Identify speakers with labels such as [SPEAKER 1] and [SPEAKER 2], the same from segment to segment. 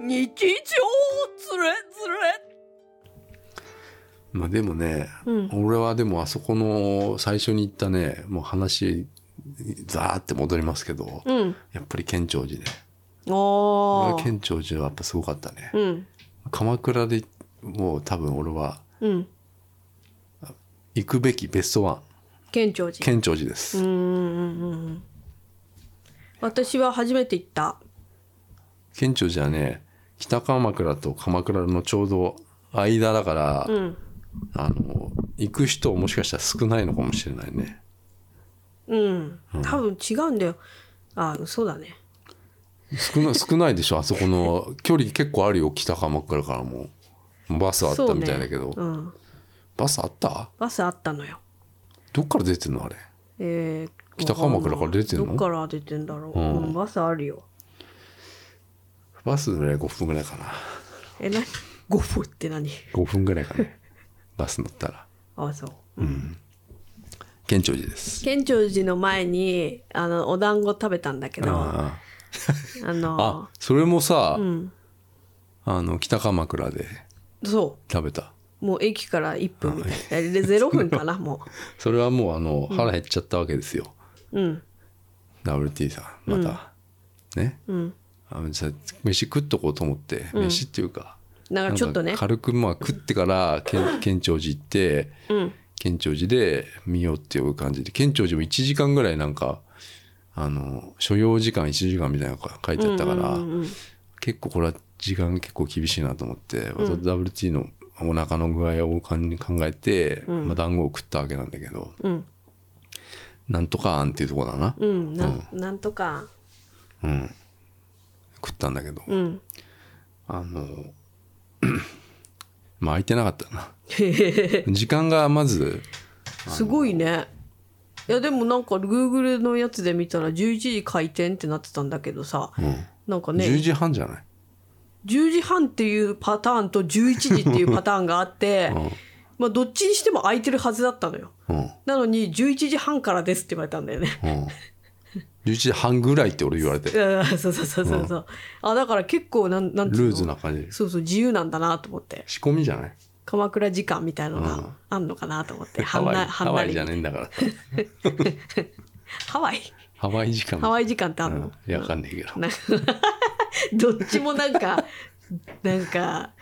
[SPEAKER 1] 日常つれつれ
[SPEAKER 2] まあでもね、
[SPEAKER 1] うん
[SPEAKER 2] 俺はでもあそこの最初に行ったね、もう話、ザーって戻りますけど、
[SPEAKER 1] うん
[SPEAKER 2] やっぱり県庁寺で。
[SPEAKER 1] お
[SPEAKER 2] 俺は
[SPEAKER 1] ー
[SPEAKER 2] 県庁寺はやっぱすごかったね。
[SPEAKER 1] うん
[SPEAKER 2] 鎌倉でもう多分俺は
[SPEAKER 1] うん
[SPEAKER 2] 行くべきベストワン、
[SPEAKER 1] 県庁寺
[SPEAKER 2] 県庁寺です。
[SPEAKER 1] うんうんうんうん私は初めて行った
[SPEAKER 2] 県庁寺はね、北鎌倉と鎌倉のちょうど間だから、
[SPEAKER 1] うん
[SPEAKER 2] あの、行く人もしかしたら少ないのかもしれないね。
[SPEAKER 1] うん多分違うんだよあそうだね
[SPEAKER 2] 少 な少ないでしょ、あそこの。距離結構あるよ、北鎌倉からも。バスあっ
[SPEAKER 1] そ
[SPEAKER 2] た
[SPEAKER 1] うね
[SPEAKER 2] みたいだけど。
[SPEAKER 1] うん
[SPEAKER 2] バスあった
[SPEAKER 1] バスあったのよ
[SPEAKER 2] どっから出てんのあれ。
[SPEAKER 1] えー
[SPEAKER 2] 北鎌倉から出てんの
[SPEAKER 1] どっから出てんだろう、
[SPEAKER 2] うん
[SPEAKER 1] うんバスあるよ
[SPEAKER 2] バスで5分ぐらいかな。
[SPEAKER 1] え何 ゴフって何
[SPEAKER 2] 5分ぐらいかね。バス乗ったら。
[SPEAKER 1] あそう
[SPEAKER 2] 県庁寺です。
[SPEAKER 1] 県庁寺の前にあのお団子食べたんだけどあ
[SPEAKER 2] ああ
[SPEAKER 1] の
[SPEAKER 2] あ、それもさ、
[SPEAKER 1] うん
[SPEAKER 2] あの、北鎌倉で
[SPEAKER 1] そ
[SPEAKER 2] 食べた。
[SPEAKER 1] うもう駅から1分みたいなえで0分かなも
[SPEAKER 2] それはもうあの、腹減っちゃったわけですよ。
[SPEAKER 1] ううん
[SPEAKER 2] WT さん、また。ね。
[SPEAKER 1] うん
[SPEAKER 2] あのじゃあ飯食っとこうと思って、飯っていうか。
[SPEAKER 1] だからちょっとね
[SPEAKER 2] なんか軽くまあ食ってから県県庁寺行って、
[SPEAKER 1] うん
[SPEAKER 2] 県庁寺で見ようっていう感じで県庁寺も1時間ぐらいなんかあの所要時間1時間みたいなのが書いてあったから、
[SPEAKER 1] うんうん
[SPEAKER 2] 結構これは時間結構厳しいなと思って、WT のお腹の具合を考えて、まあ、団子を食ったわけなんだけど
[SPEAKER 1] うん
[SPEAKER 2] なんとかあんっていうとこだな、
[SPEAKER 1] うんうんななんとか
[SPEAKER 2] 食ったんだけど、
[SPEAKER 1] うん
[SPEAKER 2] あの まあ空いてなかっ たな時間がまず
[SPEAKER 1] すごいねいやでもなんか Google のやつで見たら11時開店ってなってたんだけどさ、なんかね
[SPEAKER 2] 10時半じゃない、
[SPEAKER 1] 10時半っていうパターンと11時っていうパターンがあ って、まあどっちにしても空いてるはずだったのよ
[SPEAKER 2] うん
[SPEAKER 1] なのに11時半からですって言われたんだよね
[SPEAKER 2] うん、11時半ぐらいって俺言われて
[SPEAKER 1] うんそうそうそうそうそうあだから結構なんなんていうの
[SPEAKER 2] ルーズな感じ
[SPEAKER 1] そうそう自由なんだなと思って
[SPEAKER 2] 仕込みじゃない
[SPEAKER 1] 鎌倉時間みたいのがあんのかなと思って、は
[SPEAKER 2] ハ
[SPEAKER 1] ん
[SPEAKER 2] ワイ
[SPEAKER 1] なは
[SPEAKER 2] ハ
[SPEAKER 1] んな
[SPEAKER 2] ワ
[SPEAKER 1] り
[SPEAKER 2] イじゃねえんだから
[SPEAKER 1] ハワイ
[SPEAKER 2] ハワイ時間
[SPEAKER 1] ハワイ時間ってあんの、
[SPEAKER 2] うんいやわかんないけど
[SPEAKER 1] なんかどっちもなんか なんか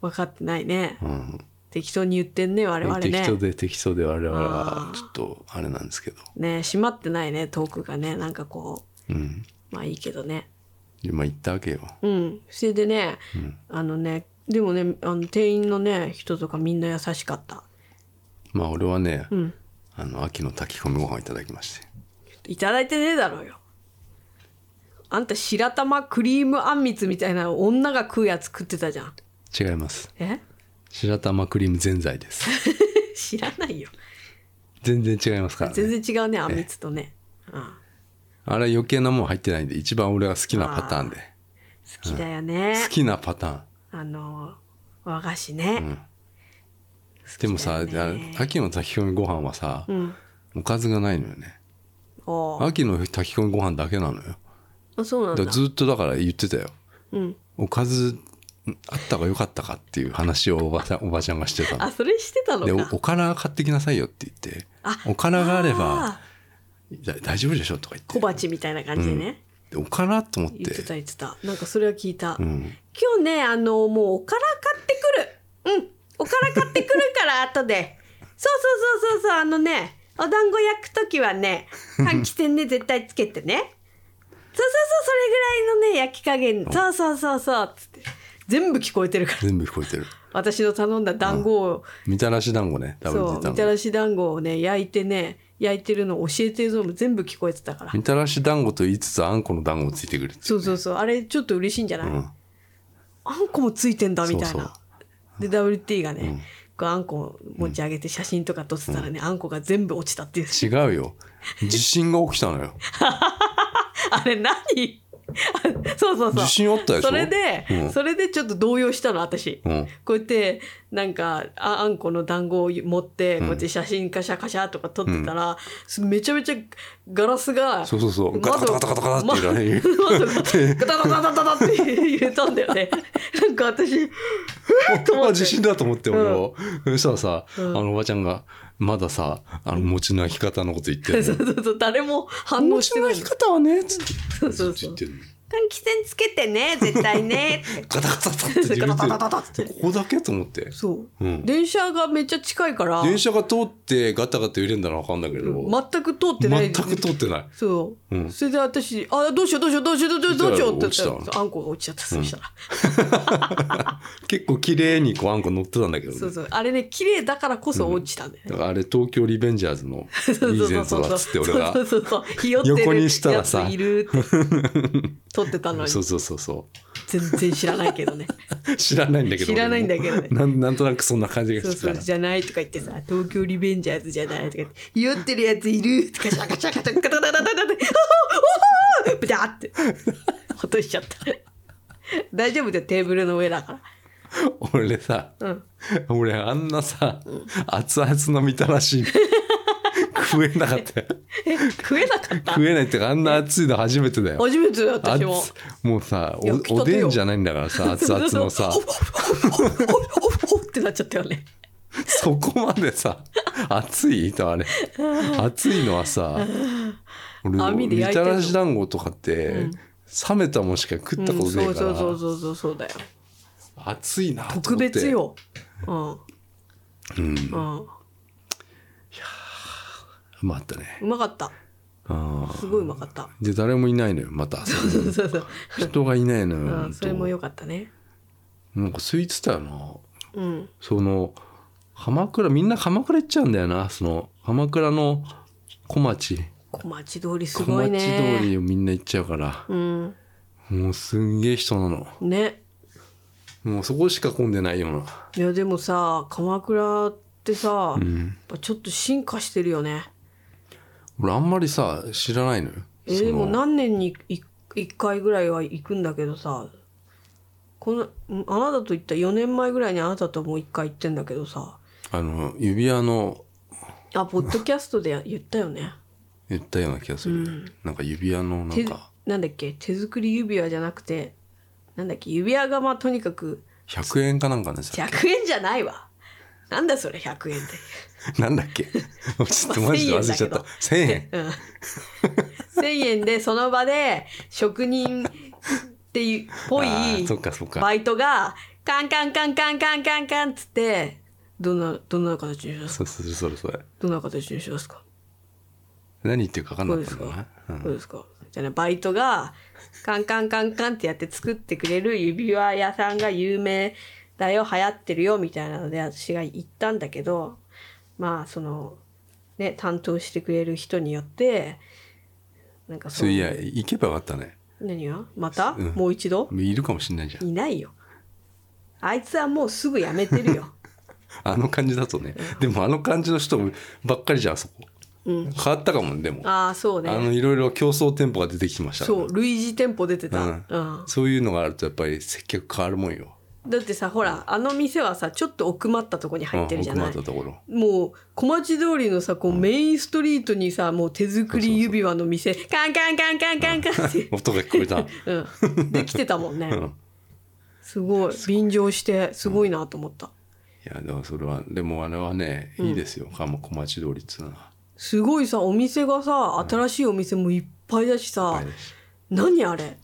[SPEAKER 1] 分かってないね、
[SPEAKER 2] ん
[SPEAKER 1] 適当に言ってんね我々
[SPEAKER 2] 適
[SPEAKER 1] ね
[SPEAKER 2] 当で適当で我々は
[SPEAKER 1] あー
[SPEAKER 2] ちょっとあれなんですけど
[SPEAKER 1] ね閉まってないねトークがねなんかこ
[SPEAKER 2] うん
[SPEAKER 1] うまあいいけどね
[SPEAKER 2] 今言ったわけよ
[SPEAKER 1] うんそれでね、あのねでもねあの店員のね人とかみんな優しかった
[SPEAKER 2] まあ俺はね、
[SPEAKER 1] ん
[SPEAKER 2] あの秋の炊き込みご飯をいただきまして
[SPEAKER 1] いただいてねえだろうよあんた白玉クリームあんみつみたいな女が食うやつ食ってたじゃん
[SPEAKER 2] 違います
[SPEAKER 1] え
[SPEAKER 2] 白玉クリームぜんざいです
[SPEAKER 1] 知らないよ
[SPEAKER 2] 全然違いますから、ね、
[SPEAKER 1] 全然違うねあんみつとね、うん、
[SPEAKER 2] あれは余計なもん入ってないんで一番俺が好きなパターンで
[SPEAKER 1] 好きだよね、
[SPEAKER 2] 好きなパターン
[SPEAKER 1] あの和菓子ね、
[SPEAKER 2] でもさ、
[SPEAKER 1] 好きだよね
[SPEAKER 2] あ秋の炊き込みご飯はさ、
[SPEAKER 1] ん
[SPEAKER 2] おかずがないのよね
[SPEAKER 1] おー
[SPEAKER 2] 秋の炊き込みご飯だけなのよ
[SPEAKER 1] あそうなん
[SPEAKER 2] だ
[SPEAKER 1] だ
[SPEAKER 2] からずっとだから言ってたよ
[SPEAKER 1] うん、
[SPEAKER 2] おかずあった方がよかったかっていう話をおば ちゃんおばちゃんがしてた
[SPEAKER 1] あ
[SPEAKER 2] の
[SPEAKER 1] それしてたの
[SPEAKER 2] でお
[SPEAKER 1] か
[SPEAKER 2] おから買ってきなさいよって言っておからがあれば
[SPEAKER 1] あ
[SPEAKER 2] だ大丈夫でしょとか言って
[SPEAKER 1] ー小鉢みたいな感じでね、
[SPEAKER 2] でおからと思って
[SPEAKER 1] 言ってた言ってたなんかそれは聞いた、
[SPEAKER 2] ん
[SPEAKER 1] 今日ねあのもうおから買ってくるうんおから買ってくるから後でそうそうそうそうそうあのねお団子焼く時は ね換気扇ね絶対つけてねそうそうそうそれぐらいのね焼き加減そうそうそうそうつって全部聞こえてる から
[SPEAKER 2] 全部聞こえてる
[SPEAKER 1] 私の頼んだ団子を、
[SPEAKER 2] みたらし団子ね食べ
[SPEAKER 1] そう
[SPEAKER 2] て
[SPEAKER 1] み
[SPEAKER 2] た
[SPEAKER 1] た
[SPEAKER 2] の
[SPEAKER 1] らし団子をね焼いてね焼いてるの教えてるぞも全部聞こえてたから
[SPEAKER 2] みたらし団子と言いつつあんこの団子もついてくる
[SPEAKER 1] そうそうそうあれちょっと嬉しいんじゃない、
[SPEAKER 2] ん
[SPEAKER 1] あんこもついてんだみたいな
[SPEAKER 2] そうそ
[SPEAKER 1] で
[SPEAKER 2] う
[SPEAKER 1] WT がね、こうあんこを持ち上げて写真とか撮ってたらね、あんこが全部落ち たっていう
[SPEAKER 2] 違うよ地震が起きたのよ
[SPEAKER 1] あれ何 そう そうそう
[SPEAKER 2] 自信あったでしょ
[SPEAKER 1] それで、
[SPEAKER 2] うん
[SPEAKER 1] それでちょっと動揺したの私
[SPEAKER 2] うん
[SPEAKER 1] こうやってなんかああんこの団子を持ってこうやって写真カシャカシャとか撮ってたら、めちゃめちゃガラスが
[SPEAKER 2] そうそうそうガタガ
[SPEAKER 1] 窓
[SPEAKER 2] タガタガタガタって言われる
[SPEAKER 1] 窓がガタガタガタガタって揺れたんだよねなんか私
[SPEAKER 2] 本当は地震だと思って俺は、そしたらさ、
[SPEAKER 1] うん
[SPEAKER 2] あのおばちゃんがまださあの餅の開き方のこと言って
[SPEAKER 1] そう
[SPEAKER 2] る
[SPEAKER 1] そうそう誰も反応し
[SPEAKER 2] 餅
[SPEAKER 1] て
[SPEAKER 2] の
[SPEAKER 1] ない
[SPEAKER 2] 開き
[SPEAKER 1] の
[SPEAKER 2] 方はねつって
[SPEAKER 1] そうそう
[SPEAKER 2] つ
[SPEAKER 1] そ
[SPEAKER 2] っ
[SPEAKER 1] う
[SPEAKER 2] て言ってんの
[SPEAKER 1] 換気扇つけてね絶対 ね
[SPEAKER 2] ガタガタガタって自分
[SPEAKER 1] ガタ
[SPEAKER 2] で
[SPEAKER 1] ガ タガタって
[SPEAKER 2] ここだけと思って、
[SPEAKER 1] そう
[SPEAKER 2] うん、
[SPEAKER 1] 電車がめっちゃ近いから
[SPEAKER 2] 電車が通ってガタガタ揺れるんだら分かんだけど、
[SPEAKER 1] 全く通ってない
[SPEAKER 2] 全く通ってない
[SPEAKER 1] そう、
[SPEAKER 2] うん
[SPEAKER 1] それで私「あどうしようどうしようどうしようどうしようどうしよう」って言
[SPEAKER 2] 落ちた
[SPEAKER 1] ったらあんこが落ちちゃったそしたら、
[SPEAKER 2] 結構綺麗にこうあんこ乗ってたんだけどね
[SPEAKER 1] そうそうあれね綺麗だからこそ落ちたんだよね、
[SPEAKER 2] だからあれ東京リベンジャーズのリーゼントだっつって俺が
[SPEAKER 1] そうそうそうひよって
[SPEAKER 2] 横
[SPEAKER 1] る
[SPEAKER 2] にした
[SPEAKER 1] や
[SPEAKER 2] ら
[SPEAKER 1] つ
[SPEAKER 2] さ
[SPEAKER 1] いるって撮ってたのに
[SPEAKER 2] そうそうそうそ
[SPEAKER 1] 全然知らないけどね
[SPEAKER 2] う知らないんだけど
[SPEAKER 1] 知らないんだけどね
[SPEAKER 2] 俺もなんなんとなくそんな感じが
[SPEAKER 1] そう
[SPEAKER 2] して
[SPEAKER 1] そ
[SPEAKER 2] た
[SPEAKER 1] う
[SPEAKER 2] ら
[SPEAKER 1] じゃないとか言ってさ「東京リベンジャーズじゃない」とか言って「ひよってるやついる」とかシャカシャカシャカタタタタタタって「おおおお!」ブダーって落としちゃった大丈夫だよテーブルの上だか
[SPEAKER 2] 俺さ、
[SPEAKER 1] らうん
[SPEAKER 2] 俺あんなさ、熱々のみたらし 食えなかったよ
[SPEAKER 1] え食えなかった
[SPEAKER 2] 食えないってかあんな熱いの初めてだよ
[SPEAKER 1] 初めてだよ私も
[SPEAKER 2] 熱もうさ
[SPEAKER 1] いや来たて
[SPEAKER 2] お
[SPEAKER 1] よ
[SPEAKER 2] おでんじゃないんだか らさ熱々のさ
[SPEAKER 1] そうそうそうおっおっおっおっおっおっってなっちゃったよね
[SPEAKER 2] そこまでさ熱いとあれ熱いの はさ俺
[SPEAKER 1] 網で
[SPEAKER 2] み
[SPEAKER 1] 焼いてん
[SPEAKER 2] た
[SPEAKER 1] の
[SPEAKER 2] らし団子とかって、
[SPEAKER 1] うん
[SPEAKER 2] 冷めたもんしか食った
[SPEAKER 1] う
[SPEAKER 2] こ
[SPEAKER 1] ん
[SPEAKER 2] とね
[SPEAKER 1] そ
[SPEAKER 2] え
[SPEAKER 1] う
[SPEAKER 2] か
[SPEAKER 1] そ
[SPEAKER 2] ら、
[SPEAKER 1] うそうそうそうそうだよ
[SPEAKER 2] 熱いなと思って
[SPEAKER 1] 特別ようんうん
[SPEAKER 2] うん
[SPEAKER 1] う
[SPEAKER 2] まああったね
[SPEAKER 1] まかった
[SPEAKER 2] あー
[SPEAKER 1] すごいうまかった
[SPEAKER 2] で誰もいないのよま た
[SPEAKER 1] そうそうそう
[SPEAKER 2] 人がいないのよ、
[SPEAKER 1] う
[SPEAKER 2] ほ
[SPEAKER 1] ん
[SPEAKER 2] んと
[SPEAKER 1] それも良かったね
[SPEAKER 2] なんか空いてたよな
[SPEAKER 1] うん
[SPEAKER 2] その鎌倉みんな鎌倉行っちゃうんだよなその鎌倉の小町
[SPEAKER 1] 小町通りす
[SPEAKER 2] 小
[SPEAKER 1] ごい
[SPEAKER 2] 町
[SPEAKER 1] ね
[SPEAKER 2] 通りをみんな行っちゃうから
[SPEAKER 1] うん
[SPEAKER 2] もうすんげえ人なの
[SPEAKER 1] ね
[SPEAKER 2] もうそこしか混んでないようない
[SPEAKER 1] やでもさ鎌倉ってさ、
[SPEAKER 2] う
[SPEAKER 1] やっ
[SPEAKER 2] ん
[SPEAKER 1] ぱちょっと進化してるよね
[SPEAKER 2] 俺あんまりさ知らないのよ
[SPEAKER 1] え
[SPEAKER 2] その
[SPEAKER 1] でも何年にい一回ぐらいは行くんだけどさこのんあなたと行った4年前ぐらいにあなたともう一回行ってんだけどさ
[SPEAKER 2] あの指輪の
[SPEAKER 1] あポッドキャスト でや言ったよね
[SPEAKER 2] 言ったような気がする、なんか指輪のなん
[SPEAKER 1] 手
[SPEAKER 2] か
[SPEAKER 1] なんだっけ手作り指輪じゃなくてなんだっけ指輪がまあとにかく
[SPEAKER 2] 100円かなんかねさ
[SPEAKER 1] 100円じゃないわなんだそれ100円って
[SPEAKER 2] なん だっけちょっと
[SPEAKER 1] まあ
[SPEAKER 2] マジで忘れちゃった1000円
[SPEAKER 1] うん1,000円でその場で職人っていうぽい
[SPEAKER 2] あーそっかそっか
[SPEAKER 1] バイトがカンカンカンカンカンカンカンっつってどんなどんな形にしますか
[SPEAKER 2] そうそうそれそれ
[SPEAKER 1] どんな形にしますか
[SPEAKER 2] 何言ってるか分か
[SPEAKER 1] どうんで
[SPEAKER 2] なか
[SPEAKER 1] す
[SPEAKER 2] っ
[SPEAKER 1] か
[SPEAKER 2] たんだな、うん
[SPEAKER 1] どうですかじゃあねバイトがカンカンカンカンってやって作ってくれる指輪屋さんが有名だよ流行ってるよみたいなので私が行ったんだけどまあそのね担当してくれる人によってなんか
[SPEAKER 2] そう
[SPEAKER 1] の
[SPEAKER 2] いや行けばよかったね
[SPEAKER 1] 何がまた、
[SPEAKER 2] うん
[SPEAKER 1] もう一度
[SPEAKER 2] いるかもしれないじゃん
[SPEAKER 1] いないよあいつはもうすぐやめてる よ
[SPEAKER 2] あの感じだとねでもあの感じの人ばっかりじゃんあそこ、変わったかもねでもあ,、
[SPEAKER 1] ああそう
[SPEAKER 2] の
[SPEAKER 1] ね
[SPEAKER 2] いろいろ競争店舗が出てきましたから
[SPEAKER 1] そう類似店舗出てた、
[SPEAKER 2] う
[SPEAKER 1] うんん
[SPEAKER 2] そういうのがあるとやっぱり接客変わるもんよ
[SPEAKER 1] だってさほらあの店はさちょっと奥まったとこに入ってるじゃない
[SPEAKER 2] うん、奥まったところ
[SPEAKER 1] もう小町通りのさこうメインストリートにさもう手作り指輪の店カンカンカンカンカンカンって、
[SPEAKER 2] 音が聞こえた
[SPEAKER 1] うん、できてたもんね
[SPEAKER 2] うん
[SPEAKER 1] すごい便乗してすごいなと思った
[SPEAKER 2] いやでもそれはでもあれはねいいですよ、鎌小町通りっつうのは
[SPEAKER 1] すごいさお店がさ新しいお店もいっぱいだしさ、
[SPEAKER 2] いっぱいだし
[SPEAKER 1] 何あれ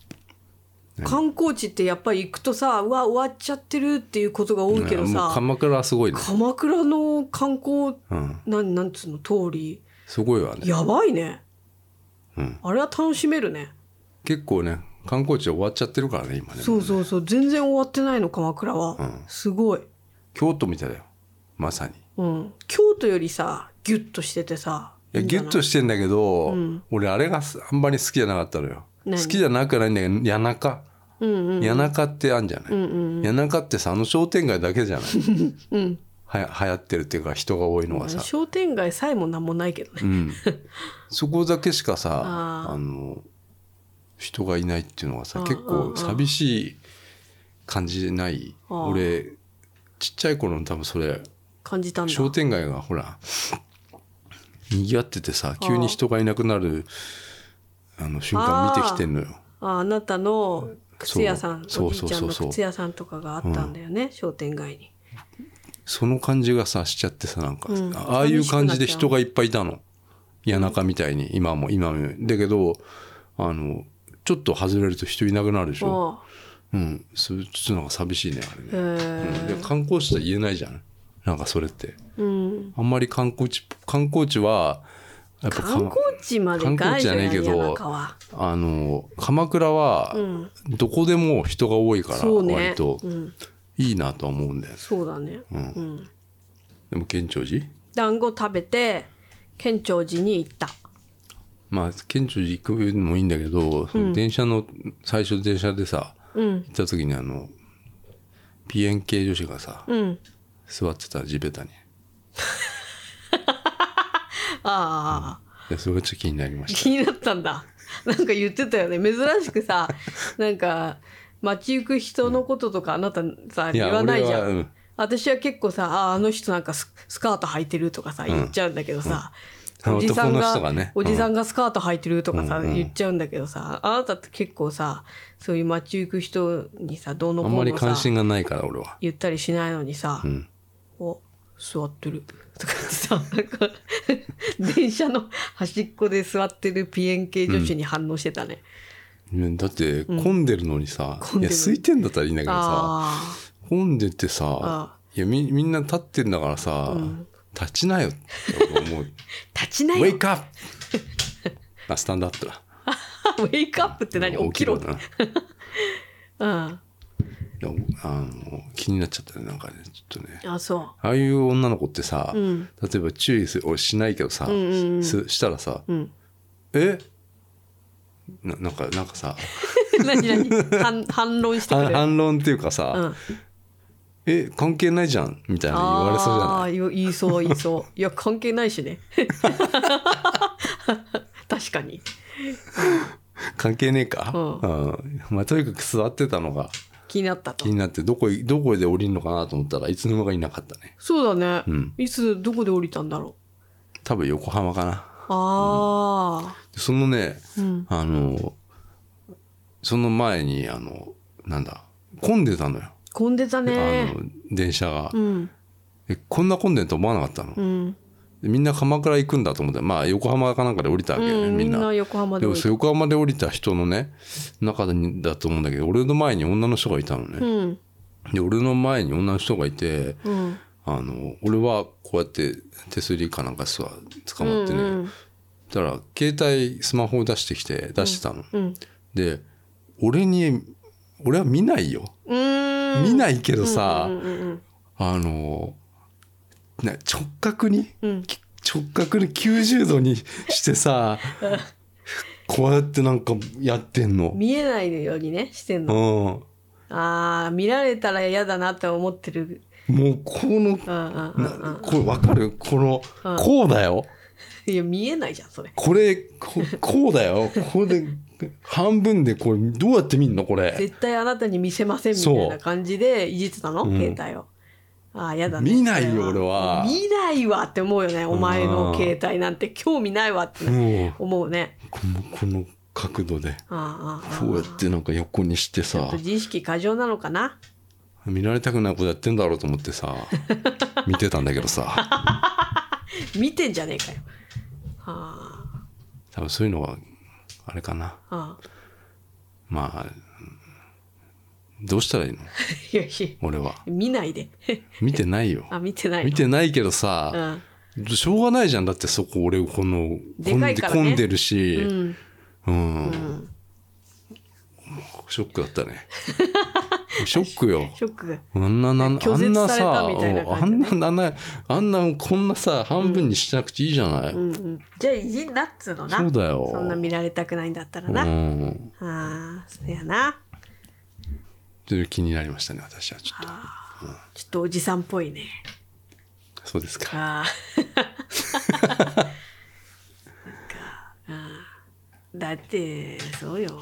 [SPEAKER 2] 何
[SPEAKER 1] 観光地ってやっぱり行くとさうわ終わっちゃってるっていうことが多いけど
[SPEAKER 2] うんもう
[SPEAKER 1] さ、
[SPEAKER 2] 鎌倉はすごいね
[SPEAKER 1] 鎌倉の観光
[SPEAKER 2] うん
[SPEAKER 1] なんなんつうの通り
[SPEAKER 2] すごいわね、
[SPEAKER 1] やばいね
[SPEAKER 2] うん、
[SPEAKER 1] あれは楽しめるね
[SPEAKER 2] 結構ね観光地終わっちゃってるからね今ね
[SPEAKER 1] そうそうそう全然終わってないの鎌倉は、
[SPEAKER 2] ん
[SPEAKER 1] すごい、
[SPEAKER 2] 京都みたいだよまさに
[SPEAKER 1] うん、京都よりさギュッとしててさ
[SPEAKER 2] いや
[SPEAKER 1] いいん
[SPEAKER 2] ギ
[SPEAKER 1] じ
[SPEAKER 2] ュ
[SPEAKER 1] ゃな
[SPEAKER 2] ッ
[SPEAKER 1] い
[SPEAKER 2] としてんだけど、俺あれがすあんまり好きじゃなかったのよ好
[SPEAKER 1] 何
[SPEAKER 2] きじゃなくはないんだけど谷中
[SPEAKER 1] うんうん
[SPEAKER 2] 谷中ってあんじゃない、
[SPEAKER 1] うんうん
[SPEAKER 2] 谷中ってさあの商店街だけじゃ ない、はや流行ってるっていうか人が多いのがさ、
[SPEAKER 1] 商店街 さえもなんもないけどね
[SPEAKER 2] うん、そこだけしかさ
[SPEAKER 1] あ
[SPEAKER 2] あの人がいないっていうのはさ
[SPEAKER 1] うん
[SPEAKER 2] 結
[SPEAKER 1] うんう
[SPEAKER 2] 構
[SPEAKER 1] ん
[SPEAKER 2] 寂しい感じない
[SPEAKER 1] あー
[SPEAKER 2] 俺ちっちゃい頃の多分それ
[SPEAKER 1] 感じたんだ
[SPEAKER 2] 商店街がほら賑わっててさ急に人がいなくなるあの瞬間見てきてんのよ。
[SPEAKER 1] ああなたの靴屋さん
[SPEAKER 2] そう
[SPEAKER 1] おじいちゃん
[SPEAKER 2] そ
[SPEAKER 1] の
[SPEAKER 2] うそうそうそう
[SPEAKER 1] 靴屋さんとかがあったんだよね、商店街に
[SPEAKER 2] その感じがさしちゃってさなんか、
[SPEAKER 1] うん
[SPEAKER 2] ああいう感
[SPEAKER 1] 寂しくなっ
[SPEAKER 2] じで
[SPEAKER 1] ちゃう
[SPEAKER 2] 人がいっぱいいたの谷中みたいに今も今もだけどあのちょっと外れると人いなくなるでしょ、
[SPEAKER 1] あ
[SPEAKER 2] うん、それちょっとなんか寂しいねあれ
[SPEAKER 1] へ
[SPEAKER 2] ね、
[SPEAKER 1] え
[SPEAKER 2] うんで観光地とは言えないじゃんなんかそれって
[SPEAKER 1] うん、
[SPEAKER 2] あんまり観光地観光地はやっぱか
[SPEAKER 1] 観光地まで
[SPEAKER 2] 観光
[SPEAKER 1] か
[SPEAKER 2] 地じゃねえけど
[SPEAKER 1] じゃあ谷中は
[SPEAKER 2] あの鎌倉は
[SPEAKER 1] うん
[SPEAKER 2] どこでも人が多いから
[SPEAKER 1] そうね
[SPEAKER 2] 割と
[SPEAKER 1] うん、
[SPEAKER 2] いいなとは思うんだよね、
[SPEAKER 1] そうだね、
[SPEAKER 2] うん
[SPEAKER 1] うん、
[SPEAKER 2] でも県庁寺
[SPEAKER 1] 団子食べて県庁寺に行った
[SPEAKER 2] まあ県庁寺行くのもいいんだけど、その電車の最初電車でさ
[SPEAKER 1] うん
[SPEAKER 2] 行った時にあの PN 系女子がさ
[SPEAKER 1] うん
[SPEAKER 2] 座ってた地べたに
[SPEAKER 1] ああ、
[SPEAKER 2] でそれがちょっと気になりまし
[SPEAKER 1] 気になったんだなんか言ってたよね珍しくさなんか街行く人のこととかあなたさ
[SPEAKER 2] い や
[SPEAKER 1] 言わないじゃ
[SPEAKER 2] 俺はうん
[SPEAKER 1] ん私は結構さあーあの人なんかススカート履いてるとかさ言っちゃうんだけどさ、
[SPEAKER 2] うん
[SPEAKER 1] おじさん
[SPEAKER 2] 男の
[SPEAKER 1] が
[SPEAKER 2] 人がね
[SPEAKER 1] おじさんがスカート履いてるとかさ、
[SPEAKER 2] うんうん
[SPEAKER 1] 言っちゃうんだけどさあなたって結構さそういう街行く人にさどうの
[SPEAKER 2] たあ
[SPEAKER 1] こ
[SPEAKER 2] んま
[SPEAKER 1] う
[SPEAKER 2] り
[SPEAKER 1] の
[SPEAKER 2] 関
[SPEAKER 1] さ
[SPEAKER 2] 心がないから俺は
[SPEAKER 1] 言ったりしないのにさ、
[SPEAKER 2] うん
[SPEAKER 1] お座ってるとか言ってさなん か電車の端っこで座ってるピエン系女子に反応してたね、
[SPEAKER 2] うんだって混んでるのにさ、
[SPEAKER 1] 混んで
[SPEAKER 2] いや
[SPEAKER 1] る
[SPEAKER 2] 空いてんだったらいいんだけどさ
[SPEAKER 1] あ
[SPEAKER 2] 混んでてさ
[SPEAKER 1] あ
[SPEAKER 2] いやみみんな立ってんだからさ、立ちなよって 思う
[SPEAKER 1] あ立ちな
[SPEAKER 2] 「ウ
[SPEAKER 1] よ
[SPEAKER 2] ェイクアップ!あ」スタンドアップだ
[SPEAKER 1] ウェイクアップって何起きろ
[SPEAKER 2] な
[SPEAKER 1] うん
[SPEAKER 2] いやあの気になっちゃったねなんかねちょっとね
[SPEAKER 1] あそう
[SPEAKER 2] ああいう女の子ってさ、
[SPEAKER 1] ん
[SPEAKER 2] 例えば注意する俺しないけどさ、
[SPEAKER 1] んうんうん
[SPEAKER 2] すしたらさ「
[SPEAKER 1] ん
[SPEAKER 2] えななんかなん かさ
[SPEAKER 1] 何何反反論してく
[SPEAKER 2] 反
[SPEAKER 1] れる。
[SPEAKER 2] 反論っていうかさ「
[SPEAKER 1] うん、
[SPEAKER 2] え関係ないじゃん」みたいなの言われそうじゃ
[SPEAKER 1] あ
[SPEAKER 2] ない
[SPEAKER 1] ー言う言いそう言いそう。 いや関係ないしね。 確かに
[SPEAKER 2] 関係ねえか、
[SPEAKER 1] う
[SPEAKER 2] うんまあ、とにかく座ってたのが
[SPEAKER 1] 気になったと
[SPEAKER 2] 気。になってどこいどこで降りるのかなと思ったらいつの間にかいなかったね
[SPEAKER 1] そうだね、
[SPEAKER 2] うん
[SPEAKER 1] いつどこで降りたんだろ
[SPEAKER 2] 多分横浜かな
[SPEAKER 1] う。ああ、
[SPEAKER 2] でそのね
[SPEAKER 1] うん、
[SPEAKER 2] あのその前にあのなんだ混んでたのよ、
[SPEAKER 1] 混んでたね
[SPEAKER 2] あ。の電車が、
[SPEAKER 1] うん
[SPEAKER 2] えこんな混んでると思わなかったの、
[SPEAKER 1] うん。
[SPEAKER 2] でみんな鎌倉行くんだと思ってまあ横浜かなんかで降りたわけよね、
[SPEAKER 1] うん
[SPEAKER 2] みんな
[SPEAKER 1] 横浜で
[SPEAKER 2] で
[SPEAKER 1] 降
[SPEAKER 2] も
[SPEAKER 1] り
[SPEAKER 2] そ
[SPEAKER 1] た
[SPEAKER 2] う横浜で降りた人のね中にだと思うんだけど俺の前に女の人がいたの
[SPEAKER 1] う
[SPEAKER 2] ね、
[SPEAKER 1] ん
[SPEAKER 2] で俺の前に女の人がいて
[SPEAKER 1] うん
[SPEAKER 2] あの俺はこうやって手すりかなんかさ捕まってね、
[SPEAKER 1] うん
[SPEAKER 2] たら携帯スマホを出してきて出してたの、
[SPEAKER 1] うん
[SPEAKER 2] で俺に俺は見ないよ、
[SPEAKER 1] うーん
[SPEAKER 2] 見ないけどさ、
[SPEAKER 1] うんうん
[SPEAKER 2] あのな直角に
[SPEAKER 1] うん
[SPEAKER 2] き直角に90度にし てさこうやってなんかやってんの。
[SPEAKER 1] 見えないようにねしてん
[SPEAKER 2] うん、
[SPEAKER 1] の。
[SPEAKER 2] も
[SPEAKER 1] ああ見られたら嫌だなって思ってる。
[SPEAKER 2] うこの
[SPEAKER 1] うんうんうんうん。
[SPEAKER 2] なこれわかるこの
[SPEAKER 1] うん
[SPEAKER 2] こうだよ
[SPEAKER 1] いや見えないじゃんそれ。
[SPEAKER 2] これここうだよこれで半分でこれどうやって見んのこれ
[SPEAKER 1] 絶対あなたに見せませんみたいな感じでいじってたの、
[SPEAKER 2] うん
[SPEAKER 1] 携帯を。ああやだね
[SPEAKER 2] 見ないよ
[SPEAKER 1] それ
[SPEAKER 2] 俺は
[SPEAKER 1] 見ないわって思うよねお前の携帯なんて興味ないわって
[SPEAKER 2] もう
[SPEAKER 1] 思うね。
[SPEAKER 2] このこの角度で
[SPEAKER 1] ああああ
[SPEAKER 2] こうやってなんか横にして
[SPEAKER 1] ちょっ
[SPEAKER 2] さ
[SPEAKER 1] と自意識過剰なのかな
[SPEAKER 2] 見られたくないことやってんだろうと思ってさ見てたんだけどさ
[SPEAKER 1] 見てんじゃねえかよ。は
[SPEAKER 2] 多分そういうのはあれかな
[SPEAKER 1] あはあ、
[SPEAKER 2] まあうんどうしたらいいの
[SPEAKER 1] いやいや
[SPEAKER 2] 俺は
[SPEAKER 1] 見ないで
[SPEAKER 2] 見てないよ
[SPEAKER 1] あ見てないの
[SPEAKER 2] 見てないけど
[SPEAKER 1] う
[SPEAKER 2] さ、
[SPEAKER 1] ん
[SPEAKER 2] しょうがないじゃんだってそこ俺この
[SPEAKER 1] で
[SPEAKER 2] 混ん
[SPEAKER 1] か
[SPEAKER 2] で,、
[SPEAKER 1] いからね
[SPEAKER 2] 混んでるし、
[SPEAKER 1] う
[SPEAKER 2] うん
[SPEAKER 1] ん
[SPEAKER 2] ショックだったねショックよ
[SPEAKER 1] ショック
[SPEAKER 2] あんななあん
[SPEAKER 1] 拒絶
[SPEAKER 2] な
[SPEAKER 1] され
[SPEAKER 2] さ
[SPEAKER 1] たみたいな
[SPEAKER 2] あ
[SPEAKER 1] 感じね
[SPEAKER 2] んなあんなあんなこんなさ半分にしなくていいじゃない、
[SPEAKER 1] うんうんじゃあいじんなっつうのな
[SPEAKER 2] そうだよ
[SPEAKER 1] そんな見られたくないんだったら
[SPEAKER 2] う
[SPEAKER 1] な、あ
[SPEAKER 2] ん
[SPEAKER 1] あそやな
[SPEAKER 2] という気になりましたね私はちょっ
[SPEAKER 1] ちょっとおじさんっぽいね
[SPEAKER 2] とそうです
[SPEAKER 1] あ
[SPEAKER 2] か
[SPEAKER 1] あ なんかああだってそうよ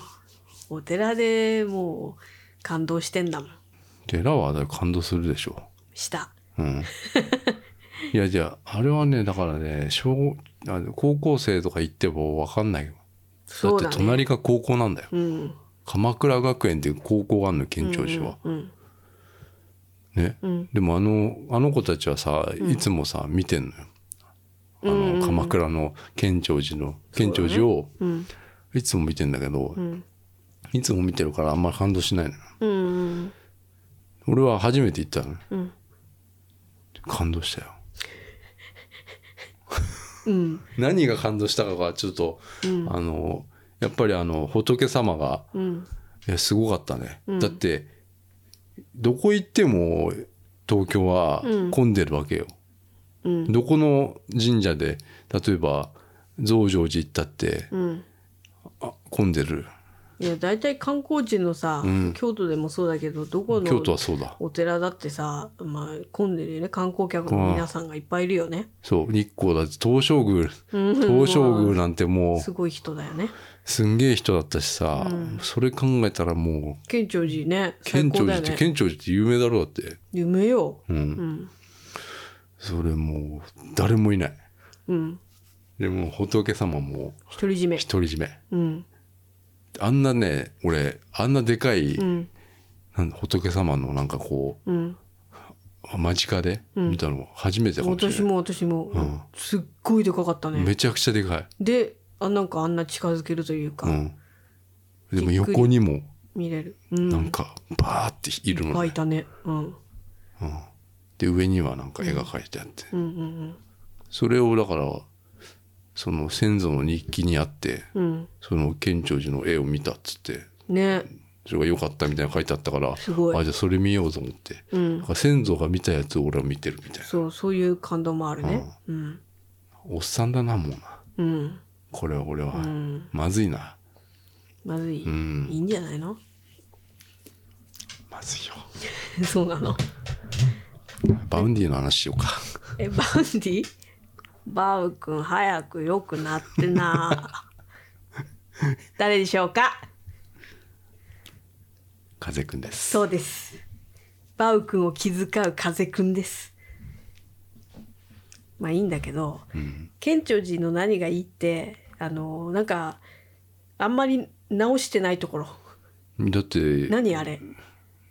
[SPEAKER 1] お寺でもう感動してんだもん
[SPEAKER 2] 寺はだから感動するでしょ
[SPEAKER 1] した
[SPEAKER 2] う。うん。いや、じゃあ、あれはね、だからね、小、あ高校生とか行ってもわかんないよ。だ
[SPEAKER 1] そ
[SPEAKER 2] っ
[SPEAKER 1] うだ
[SPEAKER 2] て
[SPEAKER 1] ね
[SPEAKER 2] 隣が高校なんだよ。
[SPEAKER 1] うん
[SPEAKER 2] 鎌倉学園っていう高校があるの、県庁所は。
[SPEAKER 1] うん
[SPEAKER 2] ね。
[SPEAKER 1] うん
[SPEAKER 2] でもあの、あの子たちはさ、いつもさ、見てんのよ。あの、鎌倉の県庁寺の、県庁寺を、
[SPEAKER 1] うん
[SPEAKER 2] いつも見てんだけど、
[SPEAKER 1] ん
[SPEAKER 2] いつも見てるからあんまり感動しないのよ。
[SPEAKER 1] うん
[SPEAKER 2] 俺は初めて行ったのよ。
[SPEAKER 1] うん
[SPEAKER 2] 感動したよ。
[SPEAKER 1] うん
[SPEAKER 2] 何が感動したかがちょっと、あのやっぱりあの仏様が
[SPEAKER 1] うん
[SPEAKER 2] いやすごかったね、だってどこ行っても東京は混んでるわけよ、
[SPEAKER 1] うん
[SPEAKER 2] どこの神社で例えば増上寺行ったって
[SPEAKER 1] うん
[SPEAKER 2] あ混んでる
[SPEAKER 1] いや大体観光地のさ、
[SPEAKER 2] うん
[SPEAKER 1] 京都でもそうだけどどこの
[SPEAKER 2] 京都はそうだ
[SPEAKER 1] お寺だってさ、まあ、混んでるよね観光客の皆さんがいっぱいいるよね、
[SPEAKER 2] そう日光だって東照宮
[SPEAKER 1] うん
[SPEAKER 2] 東照宮なんても
[SPEAKER 1] す
[SPEAKER 2] う
[SPEAKER 1] ごい人だよね
[SPEAKER 2] すんげえ人だったしさ、それ考えたらもう
[SPEAKER 1] 県庁寺ね最
[SPEAKER 2] 県
[SPEAKER 1] 高
[SPEAKER 2] 庁
[SPEAKER 1] だ
[SPEAKER 2] 寺
[SPEAKER 1] よ
[SPEAKER 2] って
[SPEAKER 1] ね
[SPEAKER 2] 県庁寺って有名だろうだって
[SPEAKER 1] 夢よ
[SPEAKER 2] うん
[SPEAKER 1] うん
[SPEAKER 2] それもう誰もいない
[SPEAKER 1] うん
[SPEAKER 2] でもう仏様も
[SPEAKER 1] 独り占め
[SPEAKER 2] 独り占め
[SPEAKER 1] うん
[SPEAKER 2] あんなね俺あんなでかい、
[SPEAKER 1] うん
[SPEAKER 2] なんだ仏様のなんかこ
[SPEAKER 1] うん
[SPEAKER 2] う間近で見たの初めてかもしれ
[SPEAKER 1] 私
[SPEAKER 2] ない、
[SPEAKER 1] も私も、
[SPEAKER 2] ん
[SPEAKER 1] すっごいでかかったね
[SPEAKER 2] めちゃくちゃでかい、
[SPEAKER 1] であなんかあんな近づけるというか、
[SPEAKER 2] うん、でも
[SPEAKER 1] びっくり
[SPEAKER 2] 横にも
[SPEAKER 1] 見れるうん
[SPEAKER 2] なんかバーっているの、
[SPEAKER 1] 湧い
[SPEAKER 2] ね
[SPEAKER 1] たね、うん、
[SPEAKER 2] うん、で上にはなんか絵が描いてあって、
[SPEAKER 1] うんうん
[SPEAKER 2] それをだからその先祖の日記にあって
[SPEAKER 1] うんうん
[SPEAKER 2] その建長寺の絵を見たっつって
[SPEAKER 1] ね
[SPEAKER 2] それが良かったみたいなの書いてあったから
[SPEAKER 1] すごい
[SPEAKER 2] あじゃあそれ見ようと思って、
[SPEAKER 1] うん
[SPEAKER 2] なんか先祖が見たやつを俺は見てるみたいな
[SPEAKER 1] そうそういう感動もあるねうん
[SPEAKER 2] おっさんだなもうな
[SPEAKER 1] うん
[SPEAKER 2] これは俺は、
[SPEAKER 1] うん
[SPEAKER 2] まずいな
[SPEAKER 1] まずい、
[SPEAKER 2] うん
[SPEAKER 1] いいんじゃないの
[SPEAKER 2] まずいよ
[SPEAKER 1] そうなの
[SPEAKER 2] バウンディの話しようか
[SPEAKER 1] えバウンディバウ君早く良くなって な誰でしょうか
[SPEAKER 2] 風くんです
[SPEAKER 1] そうですバウ君を気遣う風くんですまあいいんだけど、県庁寺の何がいいってあのなんかあんまり直してないところ
[SPEAKER 2] だって
[SPEAKER 1] 何あれ